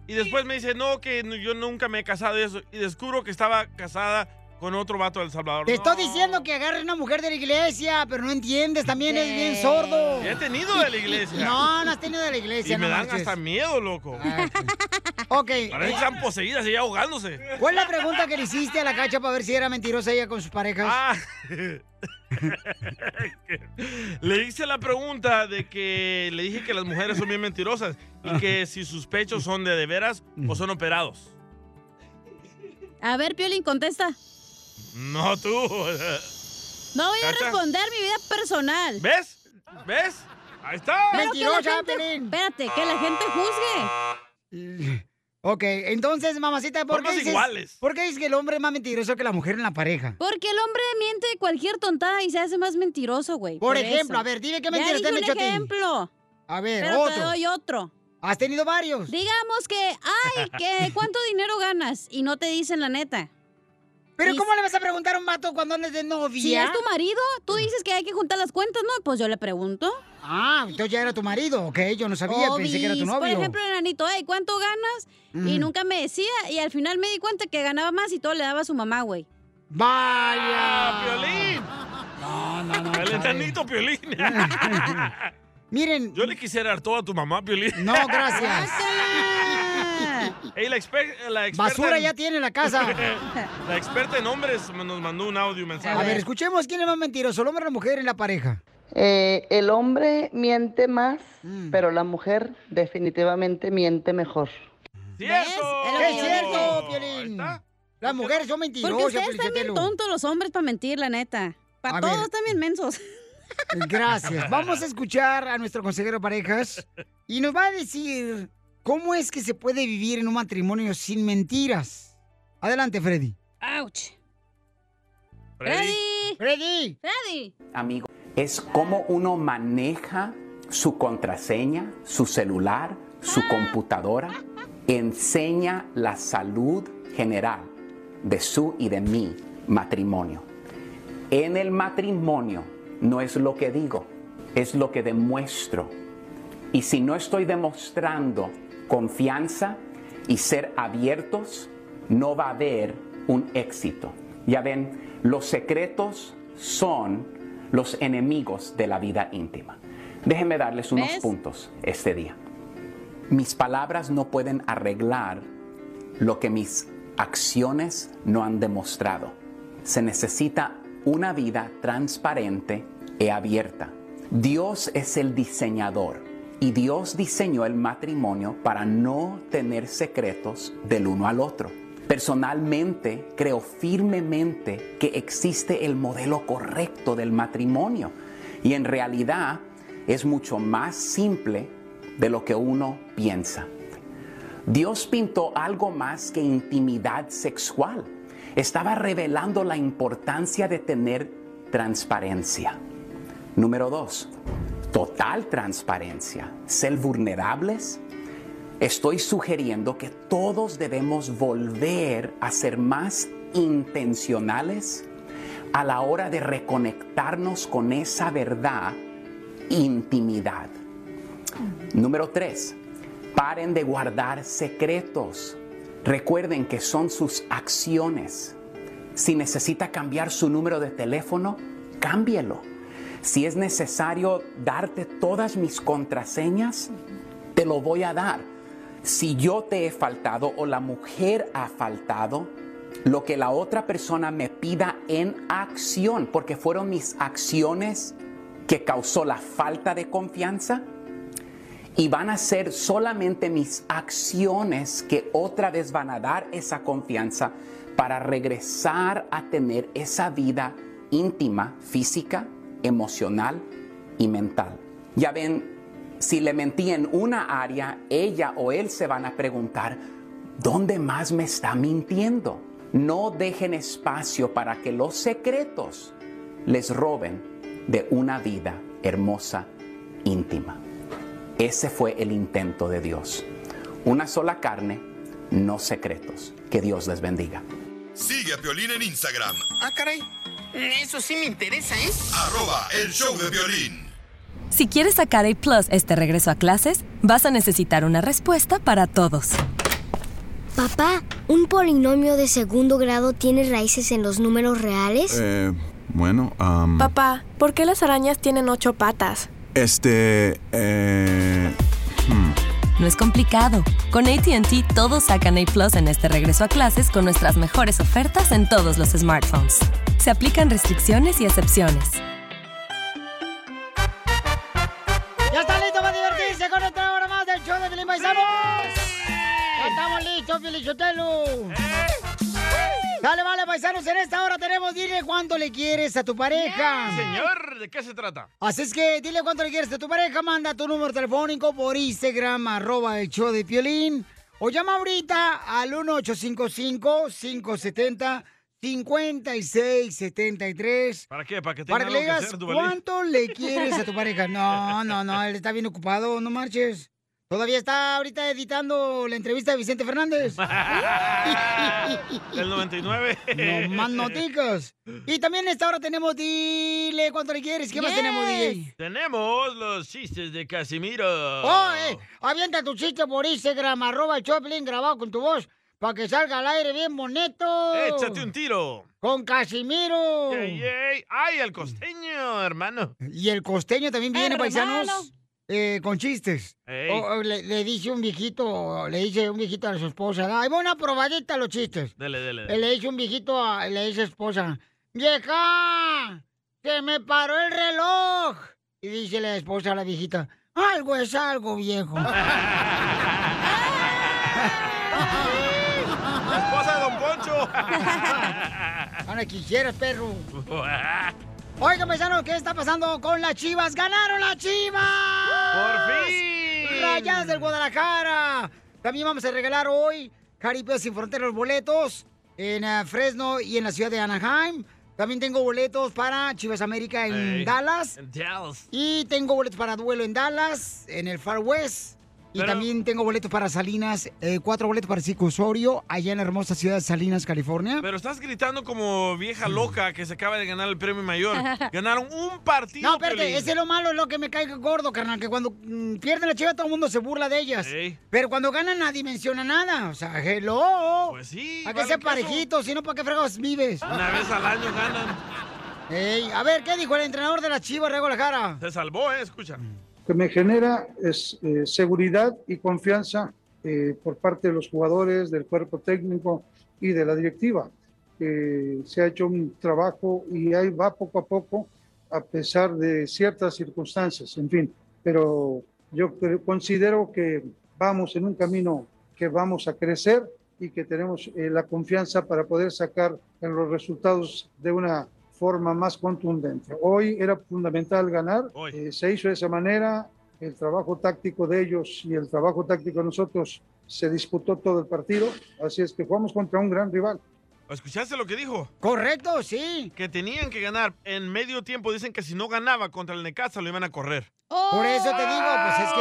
Y después me dice, no, que no- yo nunca me he casado y eso. Y descubro que estaba casada con otro vato del Salvador.
Te
No.
estoy diciendo que agarre una mujer de la iglesia, pero no entiendes, también es bien sordo.
Ya he tenido de la iglesia.
No, no has tenido de la iglesia.
Y me
no
dan
marches.
hasta miedo, loco.
Ok. eh.
Parece que están poseídas y ahogándose.
¿Cuál es la pregunta que le hiciste a la cacha para ver si era mentirosa ella con sus parejas?
<laughs> Ah. Le hice la pregunta de que le dije que las mujeres son bien mentirosas y
Ah.
que si sus pechos son de de veras o son operados.
A ver, Piolín, contesta.
No tú.
No voy a
Cacha.
responder mi vida personal.
¿Ves? ¿Ves? Ahí está.
Pero que la
Mentirosa,
gente- Espérate, que la gente juzgue.
Ok, entonces, mamacita, ¿por
Somos
qué, dices,
iguales.
¿por qué dices que el hombre es más mentiroso que la mujer en la pareja?
Porque el hombre miente cualquier tontada y se hace más mentiroso, güey.
Por ejemplo, a ver, dime qué mentiras te
ya
han
dije
hecho a
un
ti.
ejemplo.
A ver,
Pero te
otro.
doy otro.
¿Has tenido varios?
Digamos que, ay, que
<laughs>
¿cuánto dinero ganas? Y no te dicen la neta.
Pero
Y-
¿cómo le vas a preguntar a un vato cuando andes de novia?
Si es tu marido, tú dices que hay que juntar las cuentas, ¿no? Pues yo le pregunto.
Ah, entonces ya era tu marido, ok, yo no sabía, pensé que era tu
Obis.
novio.
Por ejemplo, el enanito, hey, ¿cuánto ganas? Y
Mm.
nunca me decía. Y al final me di cuenta que ganaba más y todo le daba a su mamá, güey.
¡Vaya!
¡Piolín!
No, no, no.
El enanito Piolín.
Miren.
Yo le quisiera dar todo a tu mamá, Piolín.
No, gracias.
Ey, la, exper- la experta.
Basura
en-
ya tiene la casa.
<laughs> la experta en hombres me- nos mandó un audio mensaje.
A ver, escuchemos quién es más mentiroso, el hombre o la mujer en la pareja.
Eh, el hombre miente más, pero la mujer definitivamente miente mejor.
¡Cierto!
que
¡Es
yo
cierto,
dije.
Piolín! Las mujeres son mentirosas,
Porque ustedes
Piolín
están bien
Sotelo.
tontos los hombres para mentir, la neta. Para
A
todos
ver.
están bien mensos.
<laughs> Gracias. Vamos a escuchar a nuestro consejero parejas y nos va a decir cómo es que se puede vivir en un matrimonio sin mentiras. Adelante, Freddy.
¡Auch!
¡Freddy! ¡Freddy!
¡Freddy!
amigo, es cómo uno maneja su contraseña, su celular, su computadora. Enseña la salud general de su y de mi matrimonio. En el matrimonio no es lo que digo, es lo que demuestro. Y si no estoy demostrando confianza y ser abiertos, no va a haber un éxito. Ya ven, los secretos son los enemigos de la vida íntima. Déjenme darles unos
¿Ves?
puntos este día. Mis palabras no pueden arreglar lo que mis acciones no han demostrado. Se necesita una vida transparente y abierta. Dios es el diseñador y Dios diseñó el matrimonio para no tener secretos del uno al otro. Personalmente creo firmemente que existe el modelo correcto del matrimonio y en realidad es mucho más simple de lo que uno piensa. Dios pintó algo más que intimidad sexual. Estaba revelando la importancia de tener transparencia. Número dos, total transparencia, ser vulnerables. Estoy sugiriendo que todos debemos volver a ser más intencionales a la hora de reconectarnos con esa verdad, intimidad. Número tres, paren de guardar secretos. Recuerden que son sus acciones. Si necesita cambiar su número de teléfono, cámbielo. Si es necesario darte todas mis contraseñas, te lo voy a dar. Si yo te he faltado o la mujer ha faltado, lo que la otra persona me pida en acción, porque fueron mis acciones que causó la falta de confianza, y van a ser solamente mis acciones que otra vez van a dar esa confianza para regresar a tener esa vida íntima, física, emocional y mental. Ya ven, si le mentí en una área, ella o él se van a preguntar, ¿dónde más me está mintiendo? No dejen espacio para que los secretos les roben de una vida hermosa, íntima. Ese fue el intento de Dios. Una sola carne, no secretos. Que Dios les bendiga.
Sigue a Piolín en Instagram,
Ah, caray. Eso sí me interesa, ¿eh?
arroba el show de violín.
Si quieres sacar A Plus este regreso a clases, vas a necesitar una respuesta para todos.
Papá, ¿un polinomio de segundo grado tiene raíces en los números reales?
Eh, bueno, am,
Papá, ¿por qué las arañas tienen ocho patas?
este, eh, hmm.
No es complicado. Con ATT todos sacan A Plus en este regreso a clases con nuestras mejores ofertas en todos los smartphones. Se aplican restricciones y excepciones.
¡Ya está listo para divertirse con otra hora más del show de Filipe Paisanos! ¡Ya estamos listos, Filichotelo! Dale, vale, paisanos, en esta hora tenemos dile cuánto le quieres a tu pareja.
Señor, ¿de qué se trata?
Así es que dile cuánto le quieres a tu pareja, manda tu número telefónico por Instagram, arroba el show de Piolín, o llama ahorita al 1855-570-5673.
¿Para qué? ¿Para que tenga
Para que le
algo que
digas
hacer, Duvalín?
cuánto le quieres a tu pareja. No, no, no, él está bien ocupado, no marches. Todavía está ahorita editando la entrevista de Vicente
<laughs>
Fernández.
Del 99.
No más noticas. Y también esta hora tenemos dile cuánto le quieres. ¿Qué más
Yes.
tenemos, DJ?
Tenemos los chistes de Casimiro.
¡Oh, eh! Avienta tu chiste por Instagram, arroba el Choplin grabado con tu voz, para que salga al aire bien bonito.
Échate un tiro.
Con Casimiro.
Yay, yay. ¡Ay, el costeño, hermano!
Y el costeño también viene,
Hermano.
paisanos. eh, con chistes. O- o le, le dice un viejito, le dice un viejito a su esposa, ahí va una probadita a los chistes.
Dele, dele.
Eh, Le dice un viejito, a, le dice a su esposa, vieja, se me paró el reloj. Y dice la esposa a la viejita, algo es algo,
<laughs>
viejo. <laughs>
La esposa de Don Poncho.
<laughs> Ahora quisieras, perro.
Pues,
Oigan, paisanos, ¿qué está pasando con las chivas? ¡Ganaron las chivas! ¡Por fin! ¡Rayadas del Guadalajara! También vamos a regalar hoy Jaripeo Sin Fronteras los boletos en eh, Fresno y en la ciudad de Anaheim. También tengo boletos para Chivas América en
Ey.
Dallas.
En Dallas.
Y tengo boletos para Duelo en Dallas, en el Far West. Y
Pero-
también tengo boletos para Salinas, eh, cuatro boletos para Circo Osorio, allá en la hermosa ciudad de Salinas, California.
Pero estás gritando como vieja
Mm.
loca que se acaba de ganar el
<laughs>
premio mayor. Ganaron un partido.
No, espérate,
Piolín.
ese es lo malo, es lo que me cae gordo, carnal, que cuando mm, pierden la chiva todo el mundo se burla de ellas.
Ey.
Pero cuando ganan nadie menciona nada, o sea, hello. Pues
sí.
Hay que
vale
ser
queso.
parejitos, si no, ¿para qué fregados vives?
Una vez al año ganan.
Ey, a ver, ¿qué dijo el entrenador de la chiva, Rego la cara?
Se salvó, ¿eh? Escucha.
que me genera es eh, seguridad y confianza eh, por parte de los jugadores, del cuerpo técnico y de la directiva. Eh, se ha hecho un trabajo y ahí va poco a poco, a pesar de ciertas circunstancias, en fin. Pero yo cre- considero que vamos en un camino que vamos a crecer y que tenemos eh, la confianza para poder sacar en los resultados de una forma más contundente. Hoy era fundamental ganar, eh, se hizo de esa manera, el trabajo táctico de ellos y el trabajo táctico de nosotros se disputó todo el partido, así es que jugamos contra un gran rival.
¿Escuchaste lo que dijo?
Correcto, sí.
Que tenían que ganar. En medio tiempo dicen que si no ganaba contra el Necaxa lo iban a correr. Eh,
Por eso te digo, pues es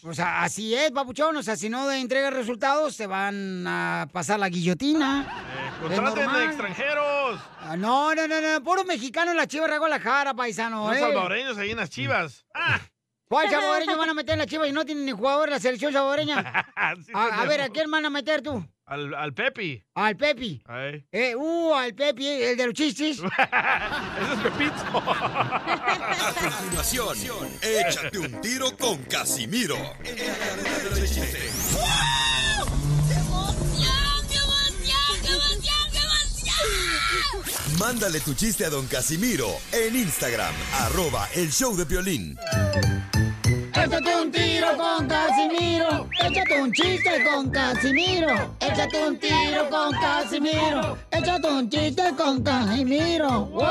que, o sea, así es, papuchón, o sea, si no entrega resultados, se van a pasar la guillotina.
¡Contraten
normal.
de extranjeros!
Ah, No, no, no, no, puro mexicano en la chiva, Rego la cara, paisano,
No
eh.
salvadoreños ahí en las chivas. Ah. <laughs>
¿Cuál salvadoreño van a meter en la chiva y no tienen ni jugador en la selección salvadoreña?
Sí,
A, a
tenemos.
ver, ¿a quién van a meter tú?
Al, al Pepi.
Al Pepi.
Ahí.
Eh, uh, al Pepi, el de los chistes.
<laughs> Ese es Pepito.
A continuación, échate un tiro con Casimiro. En la Cadenera de Chiste. Mándale tu chiste a don Casimiro en Instagram, arroba el show de violín.
Échate un tiro con Casimiro. Échate un chiste con Casimiro. Échate un tiro con Casimiro. Échate un chiste con Casimiro. ¡Wow!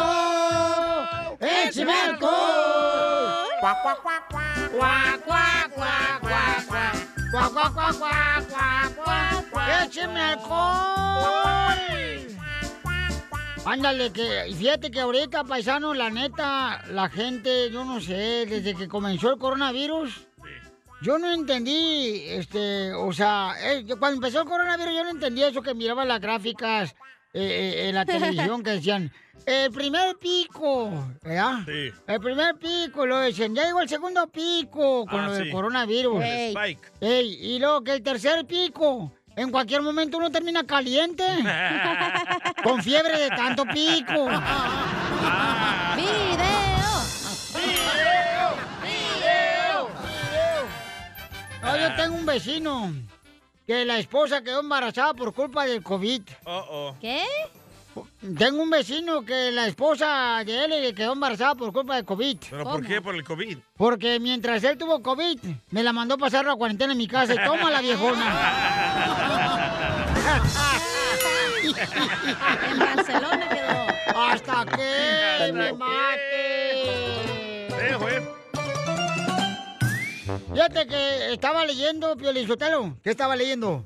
¡Échame alcohol! ¡Cuac, cuac, cuac, cuac! ¡Cuac, cuac, cuac, cuac, cuac! ¡Cuac, cuac, cuac, cuac, cuac, cuac, cuac! ¡Échame alcohol! Ándale, que y fíjate que ahorita, paisano, la neta, la gente, yo no sé, desde que comenzó el coronavirus, yo no entendí, este, o sea, eh, yo cuando empezó el coronavirus yo no entendía eso que miraba las gráficas eh, eh, en la televisión que decían, el primer pico, ¿verdad?
Sí.
El primer pico, lo decían, ya llegó el segundo pico con
Ah,
lo del
sí.
coronavirus.
El spike.
Ey, y luego que el tercer pico. En cualquier momento uno termina
<laughs>
caliente. con fiebre de tanto pico. ¡Video! ¡Video! ¡Video! No, yo tengo un vecino que la esposa quedó embarazada por culpa del COVID.
Oh, oh.
¿Qué? Tengo un vecino que la esposa de él le quedó embarazada por culpa del COVID.
¿Pero por qué? Por el COVID.
Porque mientras él tuvo COVID, me la mandó pasar la cuarentena en mi casa y toma la viejona. en Barcelona quedó. Hasta que me mate. Fíjate que estaba leyendo, Piolizotelo. ¿Qué estaba leyendo?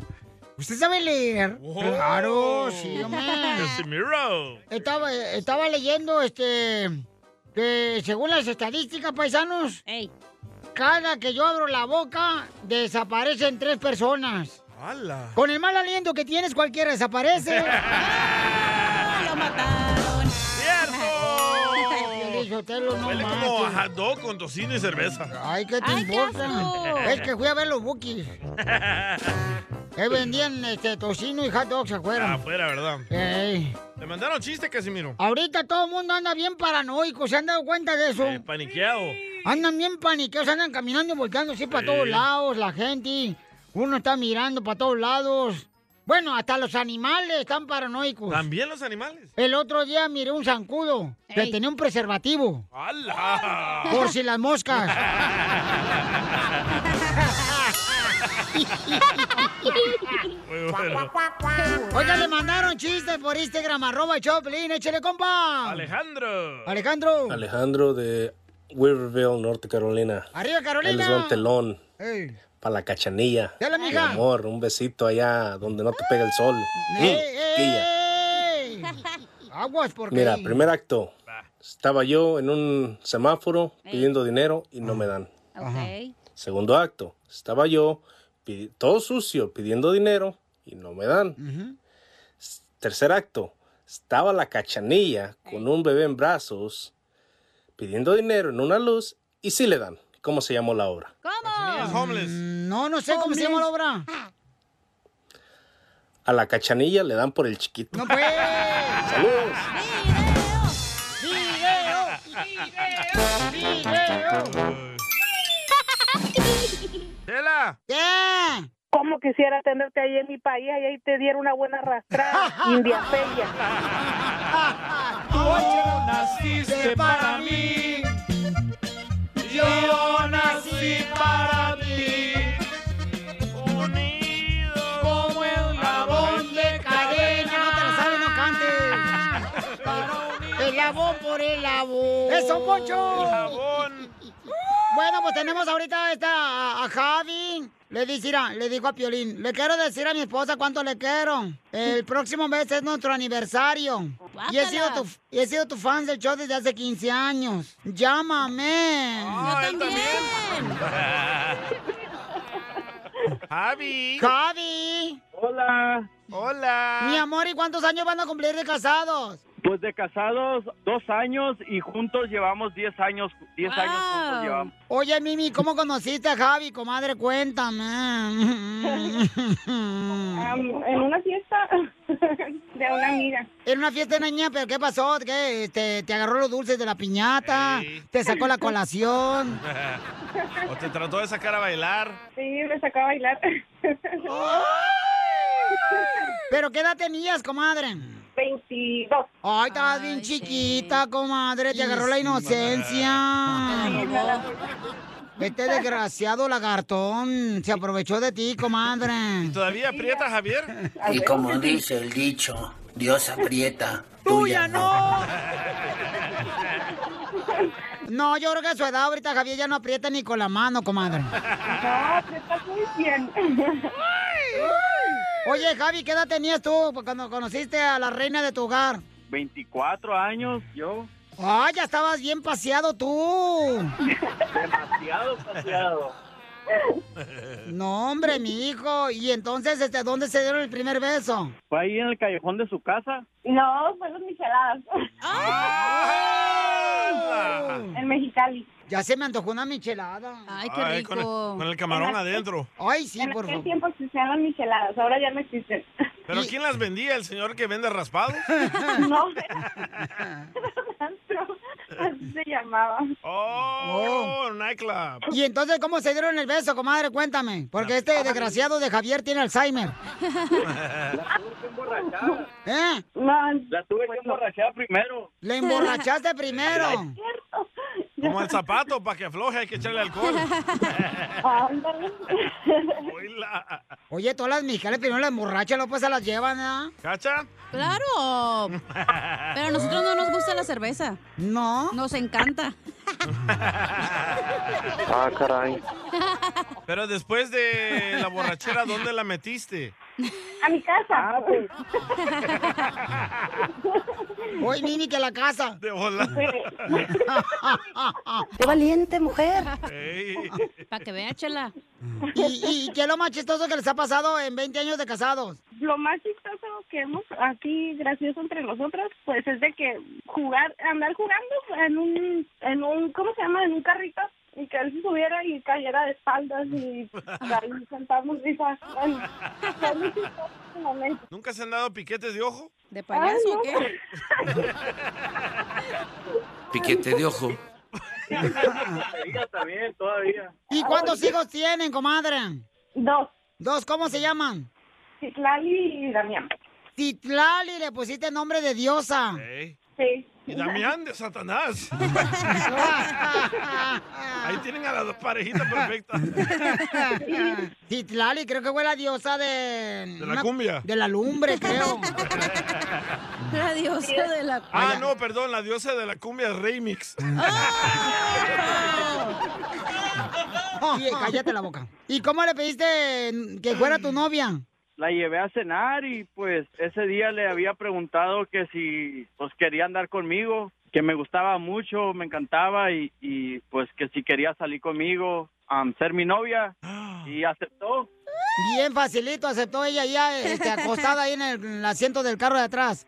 ¿Usted sabe leer? Claro,
<laughs>
sí, hombre.
Oh. Casimiro.
Estaba, estaba leyendo este que según las estadísticas, paisanos, cada que yo abro la boca, desaparecen tres personas.
¡Hala!
Con el mal aliento que tienes, cualquiera
<laughs>
desaparece. ¡Lo mataron! ¡Cierto! no
Huele como a
manches.
hot dog con tocino y cerveza. <laughs>
Ay, ¿qué te importa? Es que fui a ver los bookies. Que vendían este tocino y hot dogs afuera.
Afuera, Ah, ¿verdad?
Ey.
Te mandaron chiste, Casimiro.
Ahorita todo el mundo anda bien paranoico, ¿se han dado cuenta de eso?
Eh, paniqueado.
Andan bien paniqueados, andan caminando y volteando así para
Sí.
todos lados, la gente. Uno está mirando para todos lados. Bueno, hasta los animales están paranoicos.
También los animales. <laughs>
El otro día miré un zancudo que tenía un preservativo.
¡Hala!
Por si las
<laughs>
moscas.
Muy bueno.
Oiga, le mandaron chistes por Instagram, arroba Choplin, échale compa.
Alejandro.
Alejandro.
Alejandro de Weaverville, Norte Carolina.
Arriba, Carolina.
Ahí les va un telón
Ey,
para la cachanilla.
Dale,
Mi
mija. Eh,
amor, un besito allá donde no te pega el sol. Mm,
ey,
quilla.
eh,
<laughs>
ey. Aguas porque...
Mira, primer acto. Estaba yo en un semáforo pidiendo dinero y no me dan.
Ok.
Segundo acto. Estaba yo pi- todo sucio pidiendo dinero y no me dan. S- Tercer acto. Estaba la cachanilla con un bebé en brazos pidiendo dinero en una luz y sí le dan. ¿Cómo se llamó la obra?
¿Cómo? Mm, No, no sé cómo se llama la obra.
A la cachanilla le dan por el chiquito.
No, pues.
Saludos.
¡Video!
¡Tela!
¿Qué?
¿Cómo quisiera tenerte ahí en mi país y ahí te diera una buena
<laughs>
arrastrada, India
Tú naciste para mí. Yo nací para ti. Unido como el labón de cadena.
No te la sabes, no cantes. El labón por el labón. ¡Eso, Poncho!
El
Bueno, pues tenemos ahorita esta, a, a Javi. Le dice, mira, le dijo a Piolín, le quiero decir a mi esposa cuánto le quiero. El próximo mes es nuestro aniversario. Y he, sido tu, y he sido tu fan del show desde hace 15 años. Llámame. Yo
Ah,
también.
Javi.
Javi.
Hola.
Hola.
Mi amor, ¿y cuántos años van a cumplir de casados?
Pues de casados, dos años y juntos llevamos 10 años. 10 años juntos llevamos.
Oye, Mimi, ¿cómo conociste a Javi, comadre? Cuéntame. en una fiesta <laughs> de una amiga. En una fiesta de una niña, pero ¿qué pasó? ¿Qué? Este, Te, te agarró los dulces de la piñata, te sacó la colación.
¿O te trató de sacar a bailar?
Sí, me sacó a bailar.
<laughs> ¿Pero qué edad tenías, comadre? 22. Ay, estabas bien chiquita, comadre. Te agarró la inocencia. Este desgraciado lagartón se aprovechó de ti, comadre.
¿Todavía aprieta, Javier?
Y como dice el dicho, Dios aprieta.
¡Tuya no! No, yo creo que a su edad ahorita Javier ya no aprieta ni con la mano, comadre. <laughs> Oye, Javi, ¿qué edad tenías tú cuando conociste a la reina de tu hogar?
24 años, yo.
¡Ah, ya estabas bien paseado tú!
Demasiado paseado.
No, hombre, mi hijo. ¿Y entonces, este, dónde se dieron el primer beso?
¿Fue ahí en el callejón de su casa?
No, fue los micheladas.
¡Ah!
En Mexicali. Ya se me antojó una michelada. Ay,
Ay, con el- Con el, camarón
En aquel-
adentro.
Ay, sí, por favor. tiempo
existían las micheladas, ahora ya no existen.
¿Pero quién las vendía? ¿El señor que vende
<laughs>
raspados?
No, así se llamaba.
Oh, nightclub.
¿Y entonces cómo se dieron el beso, comadre? Cuéntame. Porque este desgraciado de Javier tiene <laughs> Alzheimer. ¿Eh?
La tuve que emborrachar primero. <laughs>
Le emborrachaste primero.
Como el zapato, para que afloje hay que echarle alcohol.
Oye, todas las mexicanas primero las emborrachan, luego pues se las llevan, ¿ah?
¿Cacha?
Claro. Pero a nosotros no nos gusta la cerveza.
No.
Nos encanta.
Ah, caray.
Pero después de la borrachera, ¿dónde la metiste?
A mi casa. <laughs>
<laughs>
Hoy Mimi que a la casa.
De hola.
<laughs> Qué valiente mujer.
<laughs>
Para que vea, chela.
¿Y, ¿Y qué es lo más chistoso que les ha pasado en 20 años de casados?
Lo más chistoso que hemos aquí, gracioso entre nosotras, pues es de que jugar, andar jugando en un, en un, ¿cómo se llama? En un carrito y que él subiera y cayera de espaldas y ahí sentarnos risas. Bueno, fue muy chistoso ese momento.
¿Nunca se han dado piquetes de ojo?
¿De
payaso o qué?
Piquete de ojo.
también, todavía.
¿Y cuántos hijos tienen, comadre?
Dos.
¿Dos? ¿Cómo se llaman?
Titlali y Damián.
Titlali, le pusiste nombre de diosa.
Sí.
Y Damián de Satanás. Ahí tienen a las dos parejitas
<laughs>
perfectas.
Titlali, creo que fue la diosa de...
De la cumbia.
De la lumbre, creo.
<laughs> La diosa de la
Ah, no, perdón, la diosa de la cumbia remix.
Ah.
Y- cállate
<laughs>
la boca. ¿Y cómo le pediste que fuera tu novia?
La llevé a cenar y pues ese día le había preguntado que si pues quería andar conmigo, que me gustaba mucho, me encantaba y, y, pues que si quería salir conmigo, am, ser mi novia y aceptó.
Bien facilito, aceptó ella ya este, acostada ahí en el, en el asiento del carro de atrás.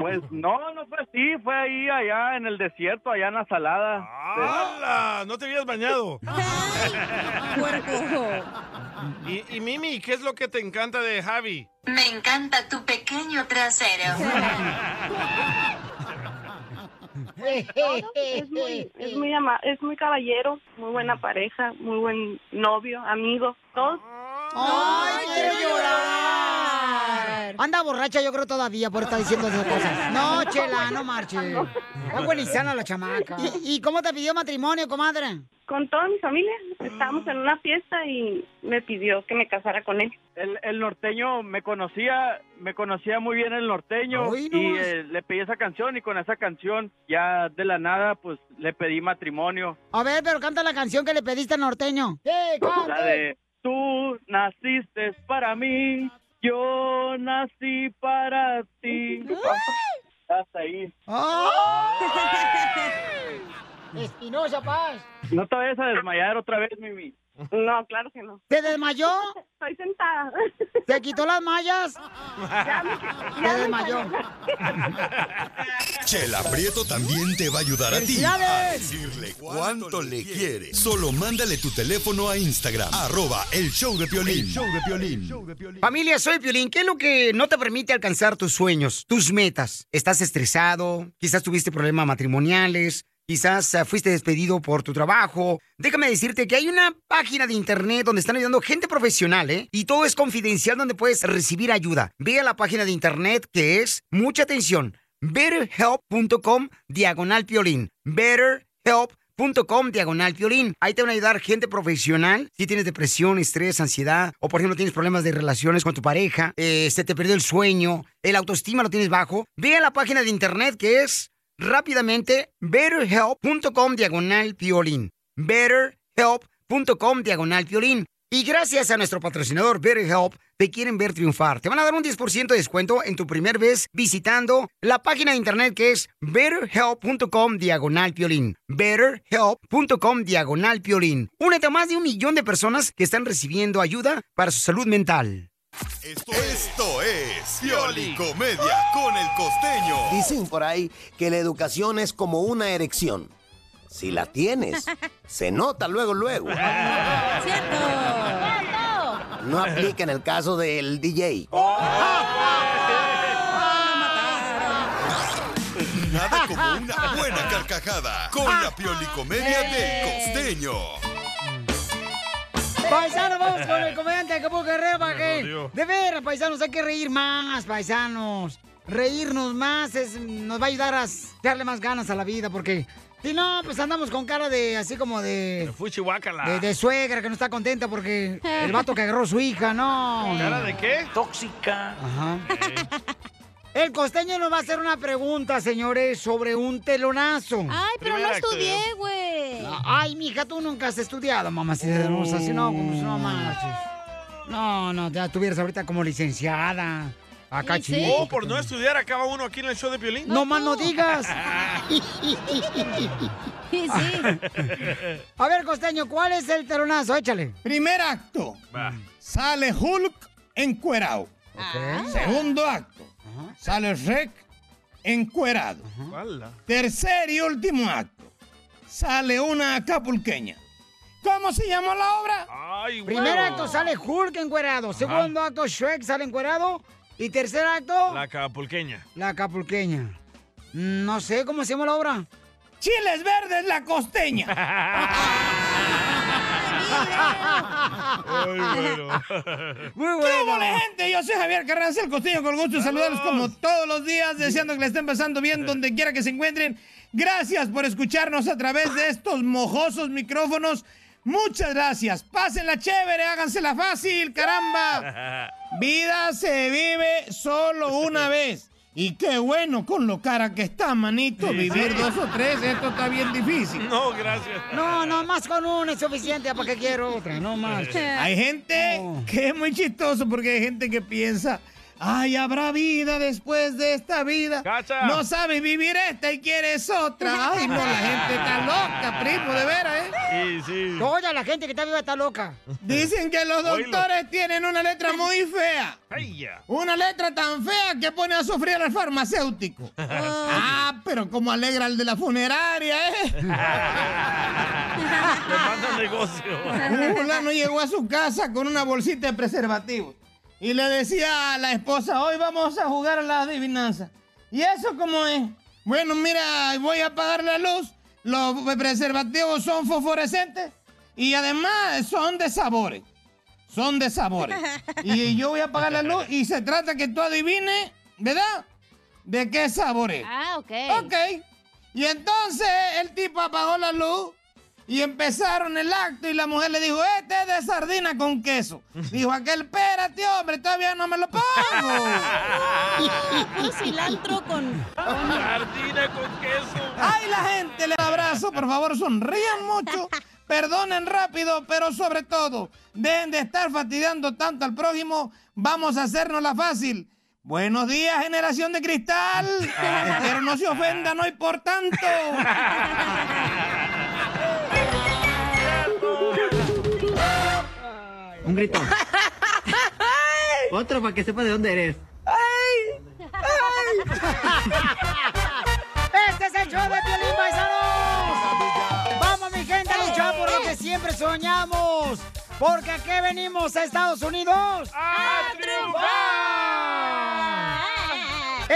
Pues no, no fue así, fue ahí allá en el desierto, allá en la salada.
¡Hala! No <laughs> te habías bañado.
puerco!
Y, y Mimi, ¿qué es lo que te encanta de Javi?
Me encanta tu pequeño <laughs> trasero.
No, no, es muy, es muy, ama- es muy caballero, muy buena pareja, muy buen novio, amigo, todo.
¡Ay, quiero llorar! Anda borracha, yo creo todavía por estar diciendo esas cosas. No, chela, no marches. Está buenisana la chamaca. ¿Y, y cómo te pidió matrimonio, comadre?
Con toda mi familia, estábamos en una fiesta y me pidió que me casara con él.
El, el norteño me conocía, me conocía muy bien el norteño
Hoy
y
nomás.
eh, le pedí esa canción y con esa canción ya de la nada pues le pedí matrimonio.
A ver, pero canta la canción que le pediste al norteño. ¡Eh,
La de tú naciste para mí, yo nací para ti. Hasta ahí.
Ah.
<laughs>
Espinosa Paz.
pues.
No te vayas a desmayar otra vez, Mimi.
No, claro que no.
¿Te desmayó?
Estoy sentada.
¿Te quitó las mallas? Te desmayó.
Chela Prieto también te va a ayudar a ti a ¡Felicidades! decirle cuánto le quiere. Solo mándale tu teléfono a Instagram, arroba el show de Piolín.
El
show de
Familia, soy Piolín. ¿Qué es lo que no te permite alcanzar tus sueños, tus metas? ¿Estás estresado? ¿Quizás tuviste problemas matrimoniales? Quizás ah, fuiste despedido por tu trabajo. Déjame decirte que hay una página de internet donde están ayudando gente profesional, ¿eh? Y todo es confidencial donde puedes recibir ayuda. Ve a la página de internet que es, mucha atención, betterhelp.com diagonal piolín. BetterHelp.com diagonal piolín. Ahí te van a ayudar gente profesional. Si tienes depresión, estrés, ansiedad, o por ejemplo tienes problemas de relaciones con tu pareja, eh, se te perdió el sueño, el autoestima lo tienes bajo, ve a la página de internet que es rápidamente betterhelp.com diagonal piolín. Betterhelp.com diagonal piolín. Y gracias a nuestro patrocinador BetterHelp, te quieren ver triunfar. Te van a dar un 10% de descuento en tu primer vez visitando la página de internet que es betterhelp.com diagonal piolín. Betterhelp.com diagonal piolín. Únete a más de un millón de personas que están recibiendo ayuda para su salud mental.
Esto, esto es Pioli Comedia con el costeño.
Dicen por ahí que la educación es como una erección. Si la
<laughs>
tienes, se nota luego, luego. No aplica en el caso del DJ.
Nada como una buena carcajada con la Pioli Comedia del costeño.
Paisanos, vamos con el comediante de Acapulco Guerrero para que...
rodeó.
De ver, paisanos, hay que reír más, paisanos. Reírnos más es- nos va a ayudar a s- darle más ganas a la vida porque... Si no, pues andamos con cara de así como de...
Fuchihuacala.
De, de suegra que no está contenta porque el vato que agarró a su hija, no.
¿Cara de qué?
Tóxica. Ajá. El costeño nos va a hacer una pregunta, señores, sobre un telonazo.
Ay, pero no estudié, güey.
Ay, mija, tú nunca has estudiado, mamacita hermosa. Si no, pues no marches. No, no, ya estuvieras ahorita como licenciada. Acá chido.
Oh, por no estudiar acaba uno aquí en el show de Piolín.
No más no digas.
<laughs> Sí,
A ver, costeño, ¿cuál es el telonazo? Échale.
Primer acto.
Sale Hulk encuerao. Ah. Segundo acto. Sale Rec encuerado. Tercer y último acto. Sale una acapulqueña. ¿Cómo se llamó la obra?
Primer acto sale Hulk encuerado. Segundo acto Shrek sale encuerado. Y tercer acto,
<laughs> La acapulqueña.
la acapulqueña. Mm, No sé cómo se llama la obra.
Chiles verdes, la costeña.
<laughs> Muy
bueno. gente? Yo soy Javier Carranza, el costeño, con gusto de saludarlos como todos los días, deseando que la estén pasando
Eh.
bien donde quiera que se encuentren. Gracias por escucharnos a través de estos mojosos micrófonos. Muchas gracias. Pásenla chévere, hágansela fácil, caramba. Vida se vive solo una vez. Y qué bueno con lo cara que está, manito.
Sí,
Vivir
sí.
dos o tres, esto está bien difícil.
No, gracias.
No, no, más con una es suficiente. ¿Para qué quiero otra? No más.
Hay gente
Oh.
que es muy chistoso porque hay gente que piensa, ay, habrá vida después de esta vida. No sabes vivir esta y quieres otra. Ay, no, la gente está loca, primo, de veras, ¿eh?
Sí, sí.
Toda la gente que está viva está loca.
Dicen que los
Oílo.
doctores tienen una letra muy fea. Una letra tan fea que pone a sufrir al farmacéutico. Ah, pero como alegra al de la funeraria,
<laughs>
¿eh?
Le manda
Uh,
Un
negocio.
fulano llegó a su casa con una bolsita de preservativos y le decía a la esposa, hoy vamos a jugar a la adivinanza. ¿Y eso cómo es? Bueno, mira, voy a apagar la luz, los preservativos son fosforescentes y además son de sabores. Son de sabores. Y yo voy a apagar la luz y se trata que tú adivines, ¿verdad? ¿De qué sabores?
Ah, ok.
Ok. Y entonces el tipo apagó la luz y empezaron el acto y la mujer le dijo, este es de sardina con queso. Dijo aquel, espérate, hombre, todavía no me lo pongo.
<laughs> Un cilantro con...
Sardina con queso.
Ay, la gente, les abrazo, por favor, sonrían
<laughs>
mucho. Perdonen rápido, pero sobre todo, dejen de estar fastidiando tanto al prójimo. Vamos a hacernos la fácil. Buenos días, generación de cristal. Espero no se ofendan hoy por tanto.
Un grito. Otro para que sepa de dónde eres.
¡Ay! ¡Ay! ¡Este es el show de Piolín Paisanos! ¡Vamos, mi gente, a luchar por lo que siempre soñamos! Porque aquí venimos a Estados Unidos a triunfar.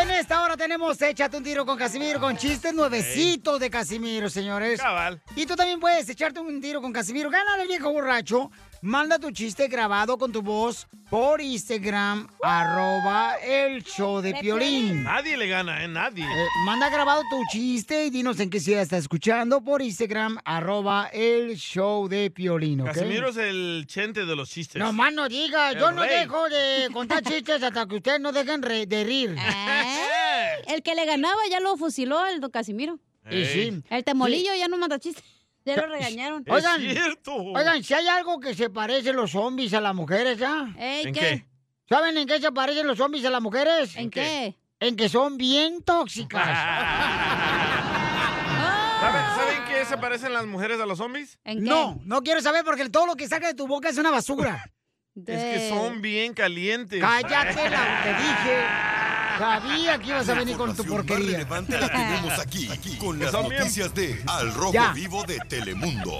En esta hora tenemos Échate un tiro con Casimiro, con chistes nuevecitos de Casimiro, señores.
Cabal.
Y tú también puedes echarte un tiro con Casimiro. Gánale, viejo borracho. Manda tu chiste grabado con tu voz por Instagram, arroba el show de
De
Piolín.
Nadie le gana, ¿eh? Nadie.
Eh, manda grabado tu chiste y dinos en qué ciudad estás escuchando por Instagram, arroba el show de Piolín, ¿ok?
Casimiro es el chente de los chistes.
No más no diga,
El
yo no
rey.
dejo de contar chistes hasta que ustedes no dejen re- de rir.
¿Eh? El que le ganaba ya lo fusiló el don Casimiro.
Y sí.
El temolillo ya no manda chistes. <laughs> <laughs> Ya lo regañaron.
Oigan, oigan, si hay algo que se parece los zombies a las mujeres, ¿ah?
Ey, ¿En ¿qué? qué?
¿Saben en qué se parecen los zombies a las mujeres? ¿En
qué?
En que son bien tóxicas.
¿Saben, ¿Saben qué se parecen las mujeres a los zombies?
No, no quiero saber porque todo lo que salga de tu boca es una basura.
Es que son bien calientes.
Cállate, la- te dije. Sabía que ibas a venir con tu porquería.
Te la tenemos aquí, aquí, con las
También.
noticias de Al Rojo
Ya.
Vivo de Telemundo.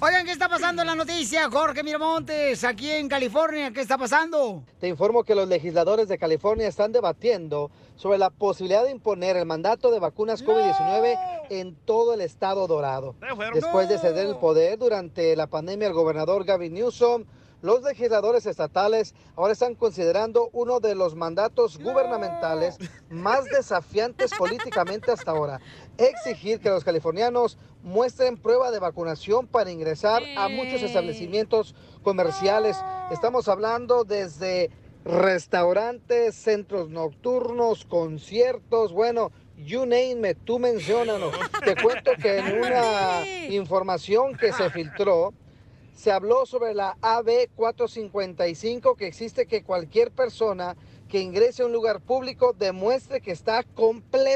Oigan, ¿qué está pasando en la noticia? Jorge Miramontes, aquí en California, ¿qué está pasando?
Te informo que los legisladores de California están debatiendo sobre la posibilidad de imponer el mandato de vacunas COVID-19 en todo el estado dorado. Después de ceder el poder durante la pandemia al gobernador Gavin Newsom, los legisladores estatales ahora están considerando uno de los mandatos gubernamentales más desafiantes políticamente hasta ahora. Exigir que los californianos muestren prueba de vacunación para ingresar a muchos establecimientos comerciales. Estamos hablando desde restaurantes, centros nocturnos, conciertos, bueno, you name it, tú menciónalo. Te cuento que en una información que se filtró, se habló sobre la AB 455 que existe que cualquier persona que ingrese a un lugar público demuestre que está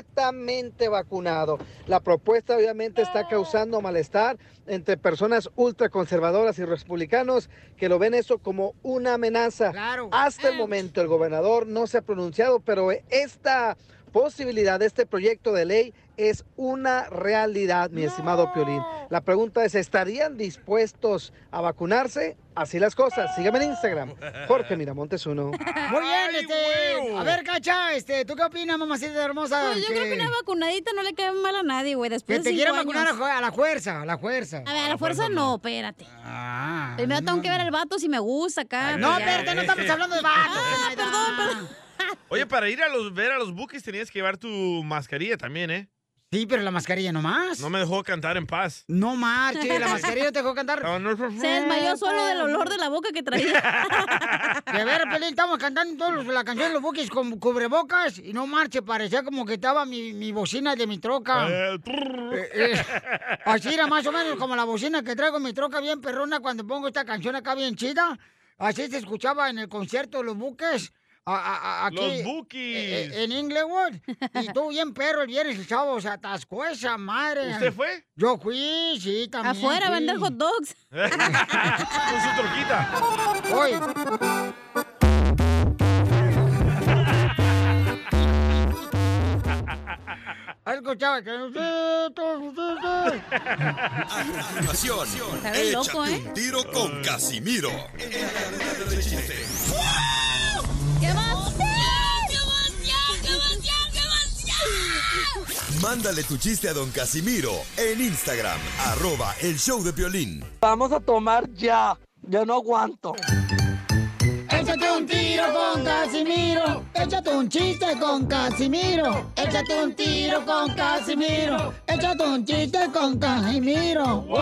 completamente vacunado. La propuesta obviamente está causando malestar entre personas ultraconservadoras y republicanos que lo ven eso como una amenaza. Hasta el momento el gobernador no se ha pronunciado, pero esta posibilidad de este proyecto de ley es una realidad, mi estimado Piolín. La pregunta es, ¿estarían dispuestos a vacunarse? Así las cosas. Sígame en Instagram. Jorge Miramontes uno.
Muy bien, este. A ver, Cacha, este, ¿tú qué opinas, mamacita hermosa?
Pues yo creo que una vacunadita no le cae mal a nadie, güey. Después de
Que te
cinco
quieran
años.
vacunar a, ju- a la fuerza, a la fuerza.
A ver, a la fuerza no, espérate. Primero tengo que ver al vato si me gusta acá.
Ah. No,
pues ya.
espérate, no estamos hablando de vatos.
Ah, perdón, perdón.
Oye, para ir a los, ver a los buques tenías que llevar tu mascarilla también, ¿eh?
Sí, pero la mascarilla nomás.
No me dejó cantar en paz.
No
<laughs>
marche, la
<laughs>
mascarilla te dejó cantar.
Se desmayó solo del olor de la boca que
<laughs>
traía.
De ver, Pelín, estamos cantando todos los- la canción de los buques con cubrebocas y no marche, parecía como que estaba mi, mi bocina de mi troca.
Eh,
Eh, eh, así era más o menos como la bocina que traigo en mi troca bien perrona cuando pongo esta canción acá bien chida. Así se escuchaba en el concierto de los buques. a- a- a- aquí,
Los Buques.
eh, eh, en Inglewood. Y tú bien perro el viernes y el sábado se atascó esa madre.
¿Usted fue?
Yo fui, sí, también.
Afuera a
fui.
vender hot dogs.
Con su troquita.
Hoy. ¿Has escuchado? Que nosotros, ustedes.
Animación.
Está bien
Échate
loco, ¿eh?
un tiro con Casimiro.
¡Qué emoción!
¡Qué emoción! ¡Qué emoción! ¡Qué emoción!
Mándale tu chiste a don Casimiro en Instagram, arroba el show de violín.
Vamos a tomar ya. Yo no aguanto.
Échate un tiro con Casimiro. Échate un chiste con Casimiro. Échate un tiro con Casimiro. Échate un chiste con Casimiro. ¡Wow!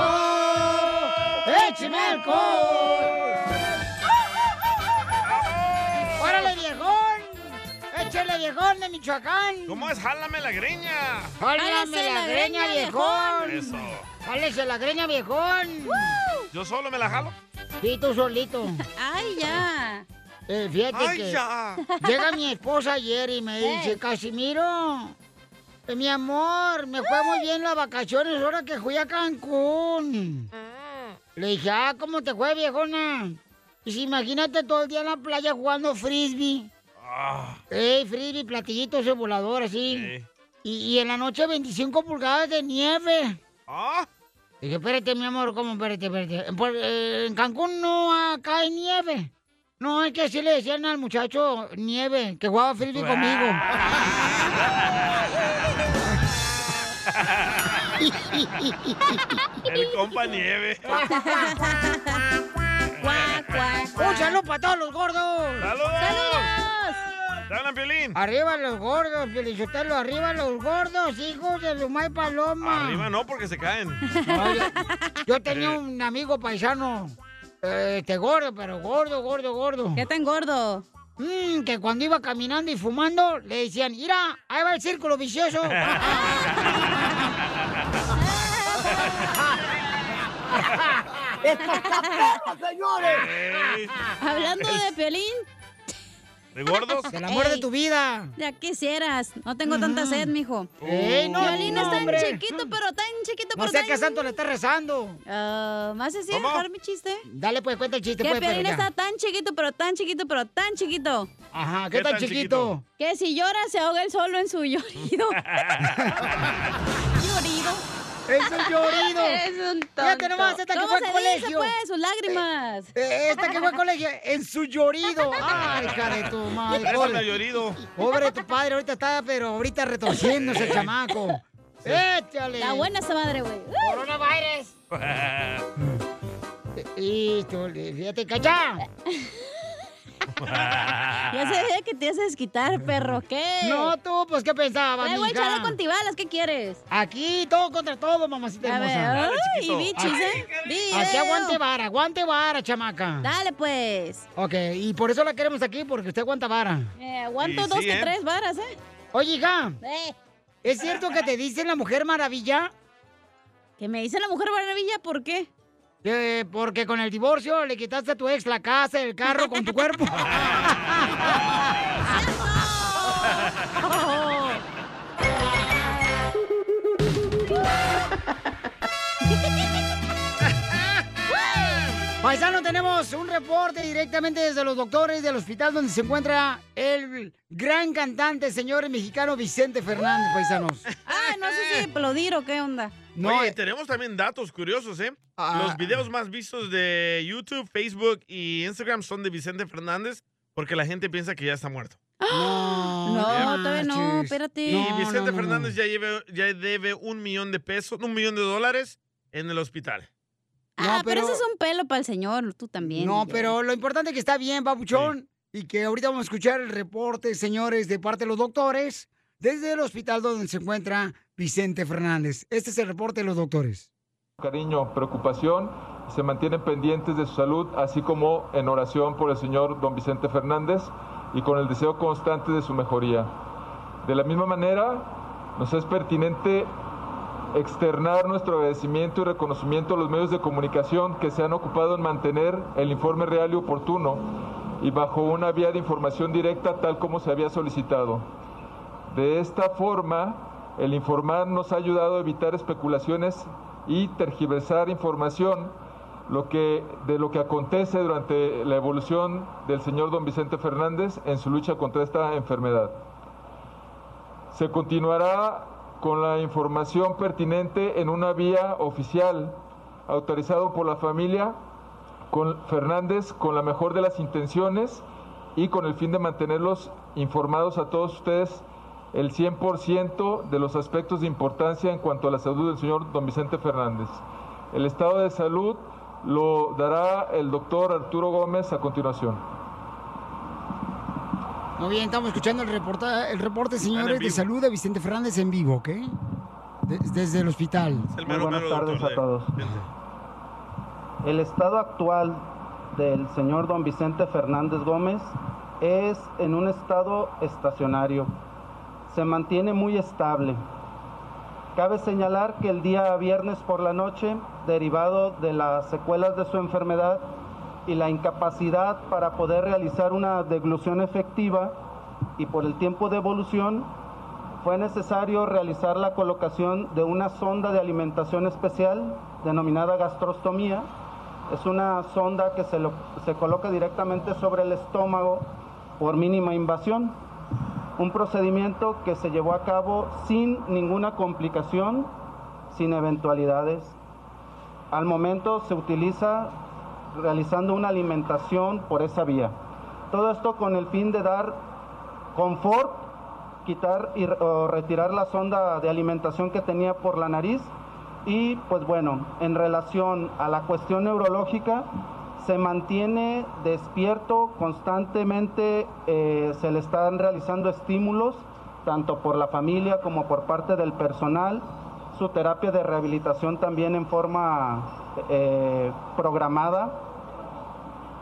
¡Échame ¡Órale, viejón! ¡Échale, viejón de Michoacán!
¿Cómo es? ¡Jálame la greña!
¡Jálame la greña, viejón!
Eso.
¡Jálese la greña, viejón!
¿Yo solo me la jalo?
Sí, tú solito.
¡Ay, ya!
Eh, fíjate
Ay,
que
ya.
llega mi esposa ayer y
<laughs>
me
Ey.
dice, Casimiro, eh, mi amor, me fue muy bien las vacaciones ahora que fui a Cancún. Le dije, ah, ¿cómo te fue, viejona? Y si imagínate todo el día en la playa jugando frisbee. Ey, frisbee, platillitos de volador, así. Y, y en la noche 25 pulgadas de nieve.
Ah.
Dije, espérate, mi amor, ¿cómo? Espérate, espérate. En, Puer- eh, en Cancún no ah, cae nieve. No, es que así le decían al muchacho nieve, que jugaba frisbee conmigo.
Ah. El compa nieve.
¡Un saludo para todos los gordos!
¡Saludos!
¡Saludos!
¡Dale, Piolín!
Arriba los gordos, Pielichotelo, arriba los gordos, hijos de Lumay Paloma.
Arriba no, porque se caen.
Ah.
Eh,
No, yo, yo tenía un amigo paisano, eh, este gordo, pero gordo, gordo, gordo. ¿Qué tan gordo? que cuando iba caminando y fumando, le decían, mira, ahí va el
<laughs>
círculo vicioso.
¡Esto está perro,
Eh.
señores!
Hablando de Piolín.
¿De gordos?
Ey, Ya quisieras. No tengo tanta sed, mijo.
Ey, no,
Piolín
no,
es tan
hombre.
chiquito, pero tan chiquito, Ah,
<laughs> No
pero
sé
tan...
qué santo le está rezando.
¿Más así dejar mi chiste?
Dale, pues, cuenta el chiste,
Que
pues, pero
Piolín
ya.
está tan chiquito, pero tan chiquito, pero tan chiquito.
Ajá, Ah, ¿qué ¿Qué tan tan chiquito? chiquito?
Que si llora, se ahoga él solo en su llorido. <laughs>
<laughs>
llorido.
Es un
<laughs>
llorido.
Es un tonto.
Fíjate nomás, esta que
¿Cómo
fue al
se
colegio.
dice, pues, sus lágrimas.
Eh, esta que fue al colegio en
<laughs>
su llorido. Ay, hija de tu madre.
Préstame
Pobre,
a llorido.
pobre tu padre, ahorita está, pero ahorita retorciéndose el chamaco. Eh, Échale.
Está buena esa madre, güey.
Coronavirus. Híjole, fíjate, cacha.
Ya sabía que te ibas a desquitar, perro. ¿Qué?
No, tú, pues, ¿qué pensabas,
Traigo el
mija?
chaleco antibalas, ¿qué quieres?
Aquí, todo contra todo, mamacita
A ver,
hermosa.
ay, y bichis, ¿eh? Video.
Aquí aguante vara, aguante vara, chamaca.
Dale, pues.
Ok, y por eso la queremos aquí, porque usted aguanta vara.
Eh, aguanto
Y
dos
sí,
que
¿eh?
tres varas, ¿eh?
Oye, hija,
Eh,
¿es cierto que te dicen la mujer maravilla?
¿Que me dicen la mujer maravilla? ¿Por qué?
Eh, porque con el divorcio le quitaste a tu ex la casa, el carro con
<laughs>
tu cuerpo. <laughs> Paisano, tenemos un reporte directamente desde los doctores del hospital donde se encuentra el gran cantante, señor mexicano Vicente Fernández, paisanos.
<laughs> Ah, no sé si aplaudir o qué onda.
No,
eh.
Oye, tenemos también datos curiosos, ¿eh?
Ah.
Los videos más vistos de YouTube, Facebook y Instagram son de Vicente Fernández porque la gente piensa que ya está muerto.
No, todavía no, espérate.
y Vicente Fernández Ya, lleve- ya debe un millón de pesos, un millón de dólares en el hospital.
Ah, pero,
pero-
ese es un pelo para el señor, tú también.
No,
DJ.
pero lo importante es que está bien, Papuchón, y que ahorita vamos a escuchar el reporte, señores, de parte de los doctores, desde el hospital donde se encuentra Vicente Fernández. Este es el reporte de los doctores.
cariño, preocupación, se mantienen pendientes de su salud, así como en oración por el señor don Vicente Fernández y con el deseo constante de su mejoría. De la misma manera, nos es pertinente externar nuestro agradecimiento y reconocimiento a los medios de comunicación que se han ocupado en mantener el informe real y oportuno y bajo una vía de información directa tal como se había solicitado. De esta forma, el informar nos ha ayudado a evitar especulaciones y tergiversar información lo que, de lo que acontece durante la evolución del señor don Vicente Fernández en su lucha contra esta enfermedad. Se continuará con la información pertinente en una vía oficial autorizado por la familia con Fernández con la mejor de las intenciones y con el fin de mantenerlos informados a todos ustedes el 100% de los aspectos de importancia en cuanto a la salud del señor don Vicente Fernández. El estado de salud lo dará el doctor Arturo Gómez a continuación.
Muy bien, estamos escuchando el, reporta, el reporte, señores, de salud de Vicente Fernández en vivo, ¿ok? De- desde el hospital.
Muy buenas tardes a todos. El estado actual del señor don Vicente Fernández Gómez es en un estado estacionario. Se mantiene muy estable. Cabe señalar que el día viernes por la noche, derivado de las secuelas de su enfermedad y la incapacidad para poder realizar una deglución efectiva y por el tiempo de evolución, fue necesario realizar la colocación de una sonda de alimentación especial denominada gastrostomía. Es una sonda que se, lo- se coloca directamente sobre el estómago por mínima invasión. Un procedimiento que se llevó a cabo sin ninguna complicación, sin eventualidades. Al momento se utiliza realizando una alimentación por esa vía. Todo esto con el fin de dar confort quitar y, o retirar la sonda de alimentación que tenía por la nariz. Y pues bueno, en relación a la cuestión neurológica, se mantiene despierto constantemente, eh, se le están realizando estímulos, tanto por la familia como por parte del personal. Su terapia de rehabilitación también en forma eh, programada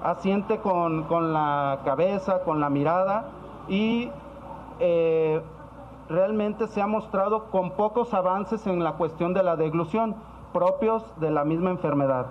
asiente con, con la cabeza, con la mirada y eh, realmente se ha mostrado con pocos avances en la cuestión de la deglución propios de la misma enfermedad.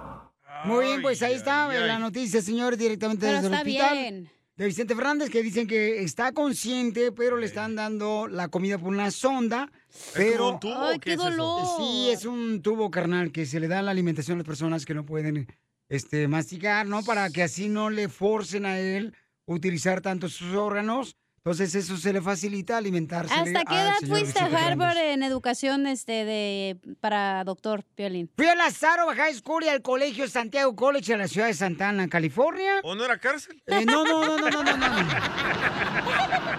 Muy bien, pues ahí está la noticia, señores, directamente
Pero
desde el
está
hospital.
bien.
De Vicente Fernández, que dicen que está consciente, pero le están dando la comida por una sonda. Pero...
como un tubo o Ay, qué qué es eso? dolor.
Sí, es un tubo carnal que se le da la alimentación a las personas que no pueden este, masticar, ¿no? Para que así no le forcen a él utilizar tanto sus órganos. Entonces eso se le facilita alimentarse.
¿Hasta qué
al
edad
señor
fuiste a
Vicente Fernández.
Harvard en educación este de para doctor Piolín?
Fui a la Zaro High School y al Colegio Santiago College en la ciudad de Santana, California.
¿O no era cárcel?
Eh, no, no, no, no, no, no, no.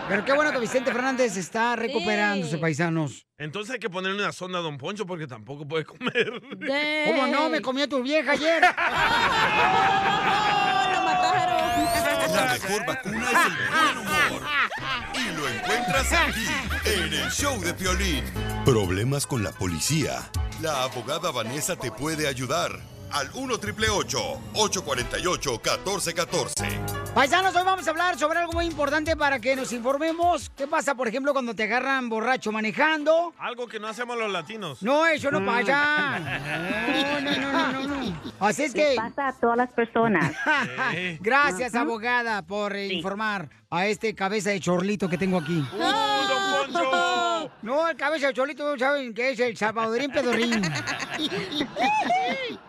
Pero qué bueno que Vicente Fernández está recuperándose, paisanos.
Entonces hay que ponerle una sonda a Don Poncho porque tampoco puede comer.
¿Cómo no? Me comió tu
<laughs>
vieja ayer.
La mejor vacuna es el buen humor. Y lo encuentras aquí, en el show de Piolín. Problemas con la policía. La abogada Vanessa te puede ayudar. Al 1 848 1414
Paisanos, hoy vamos a hablar sobre algo muy importante para que nos informemos. ¿Qué pasa, por ejemplo, cuando te agarran borracho manejando?
<laughs> Algo que no hacemos los latinos. Mm.
No, eso no pasa.
No,
no, no, no, no, no. Así es que...
pasa a todas las personas.
<laughs> Gracias,
Ajá.
abogada, por eh, informar a este cabeza de chorlito que tengo aquí.
¡Uh, don Poncho!
No, el cabeza de cholito no saben que es el salvadorín pedorrín.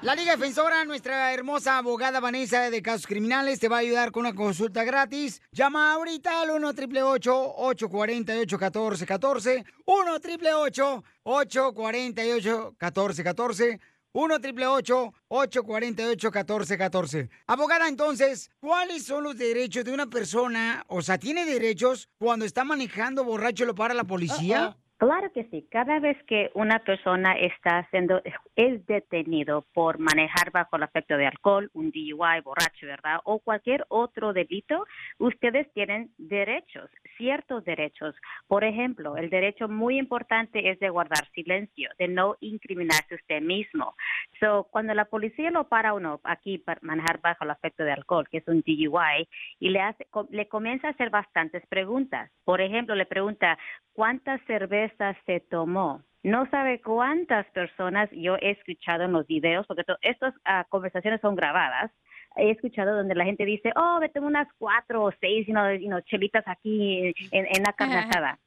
La Liga Defensora, nuestra hermosa abogada Vanessa de Casos Criminales, te va a ayudar con una consulta gratis. Llama ahorita al 1 848 1414 1 888 848 1414 1 888 848 1414 Abogada, entonces, ¿cuáles son los derechos de una persona? O sea, ¿tiene derechos cuando está manejando borracho y lo para la policía?
Oh, Claro que sí. Cada vez que una persona está siendo es detenido por manejar bajo el efecto de alcohol, un DUI, borracho, ¿verdad? O cualquier otro delito, ustedes tienen derechos, ciertos derechos. Por ejemplo, el derecho muy importante es de guardar silencio, de no incriminarse usted mismo. So, cuando la policía lo para a uno aquí para manejar bajo el efecto de alcohol, que es un DUI, y le hace co- le comienza a hacer bastantes preguntas. Por ejemplo, le pregunta cuántas cervezas se tomó. No sabe cuántas personas yo he escuchado en los videos, porque to- estas ah, conversaciones son grabadas. He escuchado donde la gente dice, oh, me tomo unas cuatro o seis you know, you know, chelitas aquí en, en la carnatada.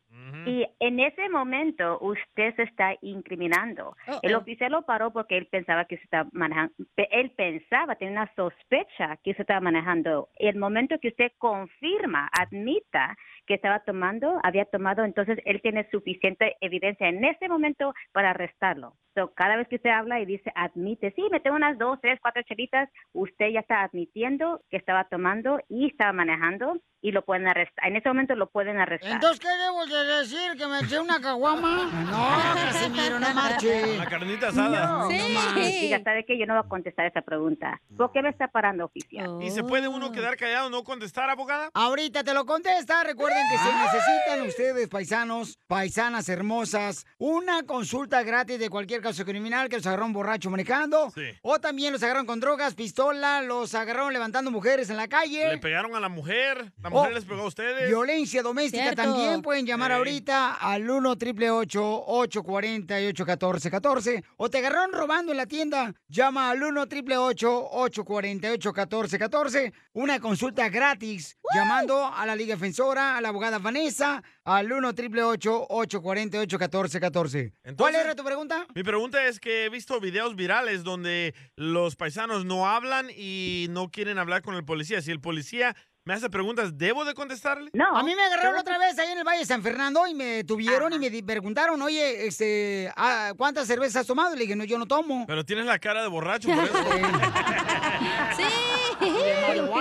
Y en ese momento usted se está incriminando.
Uh-oh.
El oficial lo paró porque él pensaba que se estaba manejando, él pensaba, tenía una sospecha que se estaba manejando. El momento que usted confirma, admita que estaba tomando, había tomado, entonces él tiene suficiente evidencia en ese momento para arrestarlo. So, cada vez que usted habla y dice, admite, sí, me tengo unas dos, tres, cuatro chelitas, usted ya está admitiendo que estaba tomando y estaba manejando y lo pueden arrestar. En ese momento lo pueden arrestar.
Entonces, ¿qué debo de decir? ¿Que me eché una caguama? No, Casimiro, no marche.
La carnita asada.
No, no más. Diga, ¿sabe qué? Yo no voy a contestar esa pregunta. ¿Por qué me está parando oficial?
¿Y se puede uno quedar callado, no contestar, abogada? Ah.
Ahorita te lo contesta. Recuerden que si necesitan ustedes, paisanos, paisanas hermosas, una consulta gratis de cualquier caso criminal que los agarraron borracho manejando.
Sí.
O también los agarraron con drogas, pistola, los agarraron levantando mujeres en la calle.
Le pegaron a la mujer, la mujer
Oh,
les pegó a ustedes.
Violencia doméstica
Pues. Cierto.
también. Pueden llamar
Ey.
ahorita al 1 triple 848 1414 O te agarraron robando en la tienda. Llama al 1 triple 848 1414 Una consulta gratis. Llamando a la Liga Defensora, a la abogada Vanessa, al 1 triple 848 1414 ¿Cuál
Entonces-
era tu pregunta?
Mi pregunta es que he visto videos virales donde los paisanos no hablan y no quieren hablar con el policía. Si el policía me hace preguntas, ¿debo de contestarle?
A mí me agarraron otra vez ahí en el Valle de San Fernando y me tuvieron y me di- preguntaron, oye, este, ah, ¿cuántas cervezas has tomado? Y le dije, no, yo no tomo.
Pero tienes la cara de borracho, por eso. <laughs>
Sí. <laughs> Usted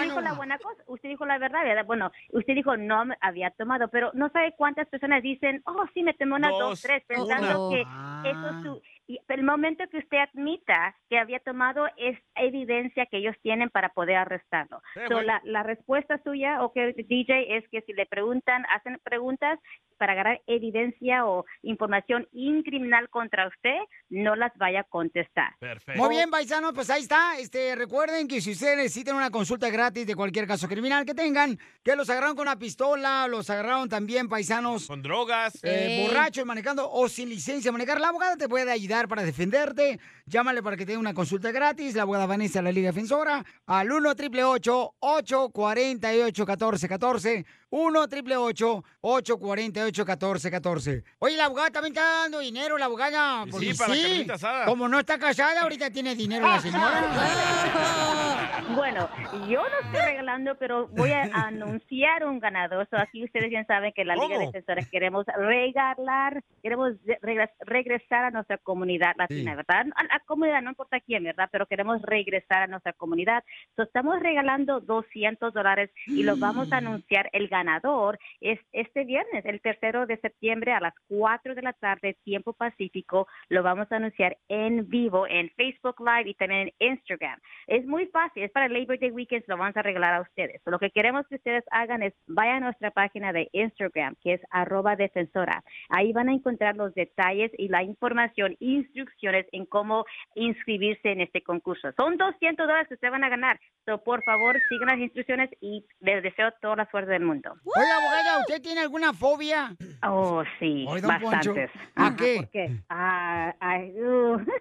dijo la buena cosa, usted dijo la verdad, ¿verdad? Bueno, usted dijo no me había tomado, pero no sabe cuántas personas dicen, oh, sí, me tomé unas dos,
Dos,
tres, pensando
una. Ah.
que eso es su... y el momento que usted admita que había tomado es evidencia que ellos tienen para poder arrestarlo.
Sí,
So,
güey.
la, la respuesta suya, o que DJ, es que si le preguntan, hacen preguntas para agarrar evidencia o información incriminal contra usted, no las vaya a contestar.
Perfecto.
<laughs>
Muy bien, paisanos, pues ahí está. Este, recuerden que si ustedes necesitan una consulta gratis de cualquier caso criminal que tengan, que los agarraron con una pistola, los agarraron también paisanos
Con drogas.
eh, borrachos manejando o sin licencia de manejar. La abogada te puede ayudar para defenderte. Llámale para que te dé una consulta gratis. La abogada Vanessa, de la Liga Defensora, al 1 888 848 1414 1 888 848 1414 Oye, la abogada también está dando dinero, la abogada.
Y
porque
sí, para la carnita asada.
Como no está casada, ahorita tiene dinero la señora.
<laughs> Bueno, yo no estoy regalando, pero voy
<laughs>
a anunciar un ganador. So, aquí ustedes bien saben que la Liga
¿Cómo?
de Defensoras queremos regalar, queremos de- regres- regresar a nuestra comunidad latina,
Sí.
¿verdad? A la comunidad, no importa quién, ¿verdad? Pero queremos regresar a nuestra comunidad. So, estamos regalando 200 dólares y lo vamos a anunciar el ganador es este viernes, el tercero de septiembre a las 4 de la tarde, tiempo pacífico. Lo vamos a anunciar en vivo en Facebook Live y también en Instagram. Es muy fácil, es para Labor Day Weekend, se lo vamos a regalar a ustedes. Lo que queremos que ustedes hagan es vayan a nuestra página de Instagram, que es arroba defensora. Ahí van a encontrar los detalles y la información, instrucciones en cómo inscribirse en este concurso. Son 200 dólares que ustedes van a ganar. So, por favor, sigan las instrucciones y les deseo toda la suerte del mundo.
Oye, abogada, ¿usted tiene alguna fobia?
Oh, sí,
Oye, don Poncho,
bastantes.
¿a
Ajá,
qué?
¿por qué? Ah, ay, uh. <laughs>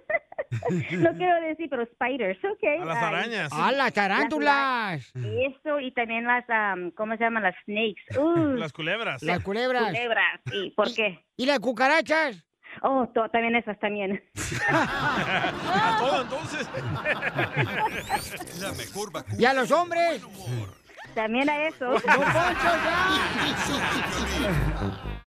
<laughs>
no quiero decir, pero spiders, ok.
A las
Ay.
arañas.
A las tarántulas.
Las la- Eso, y también las, am, ¿cómo se llaman? Las
<laughs>
snakes. Uh,
Las culebras.
Las
culebras.
Culebras, sí. ¿Por qué?
¿Y las cucarachas?
Oh, to- también esas también.
A todo entonces.
La mejor vacuna.
<laughs> ¿Y a los hombres?
También a eso.
¡No, Poncho, ya!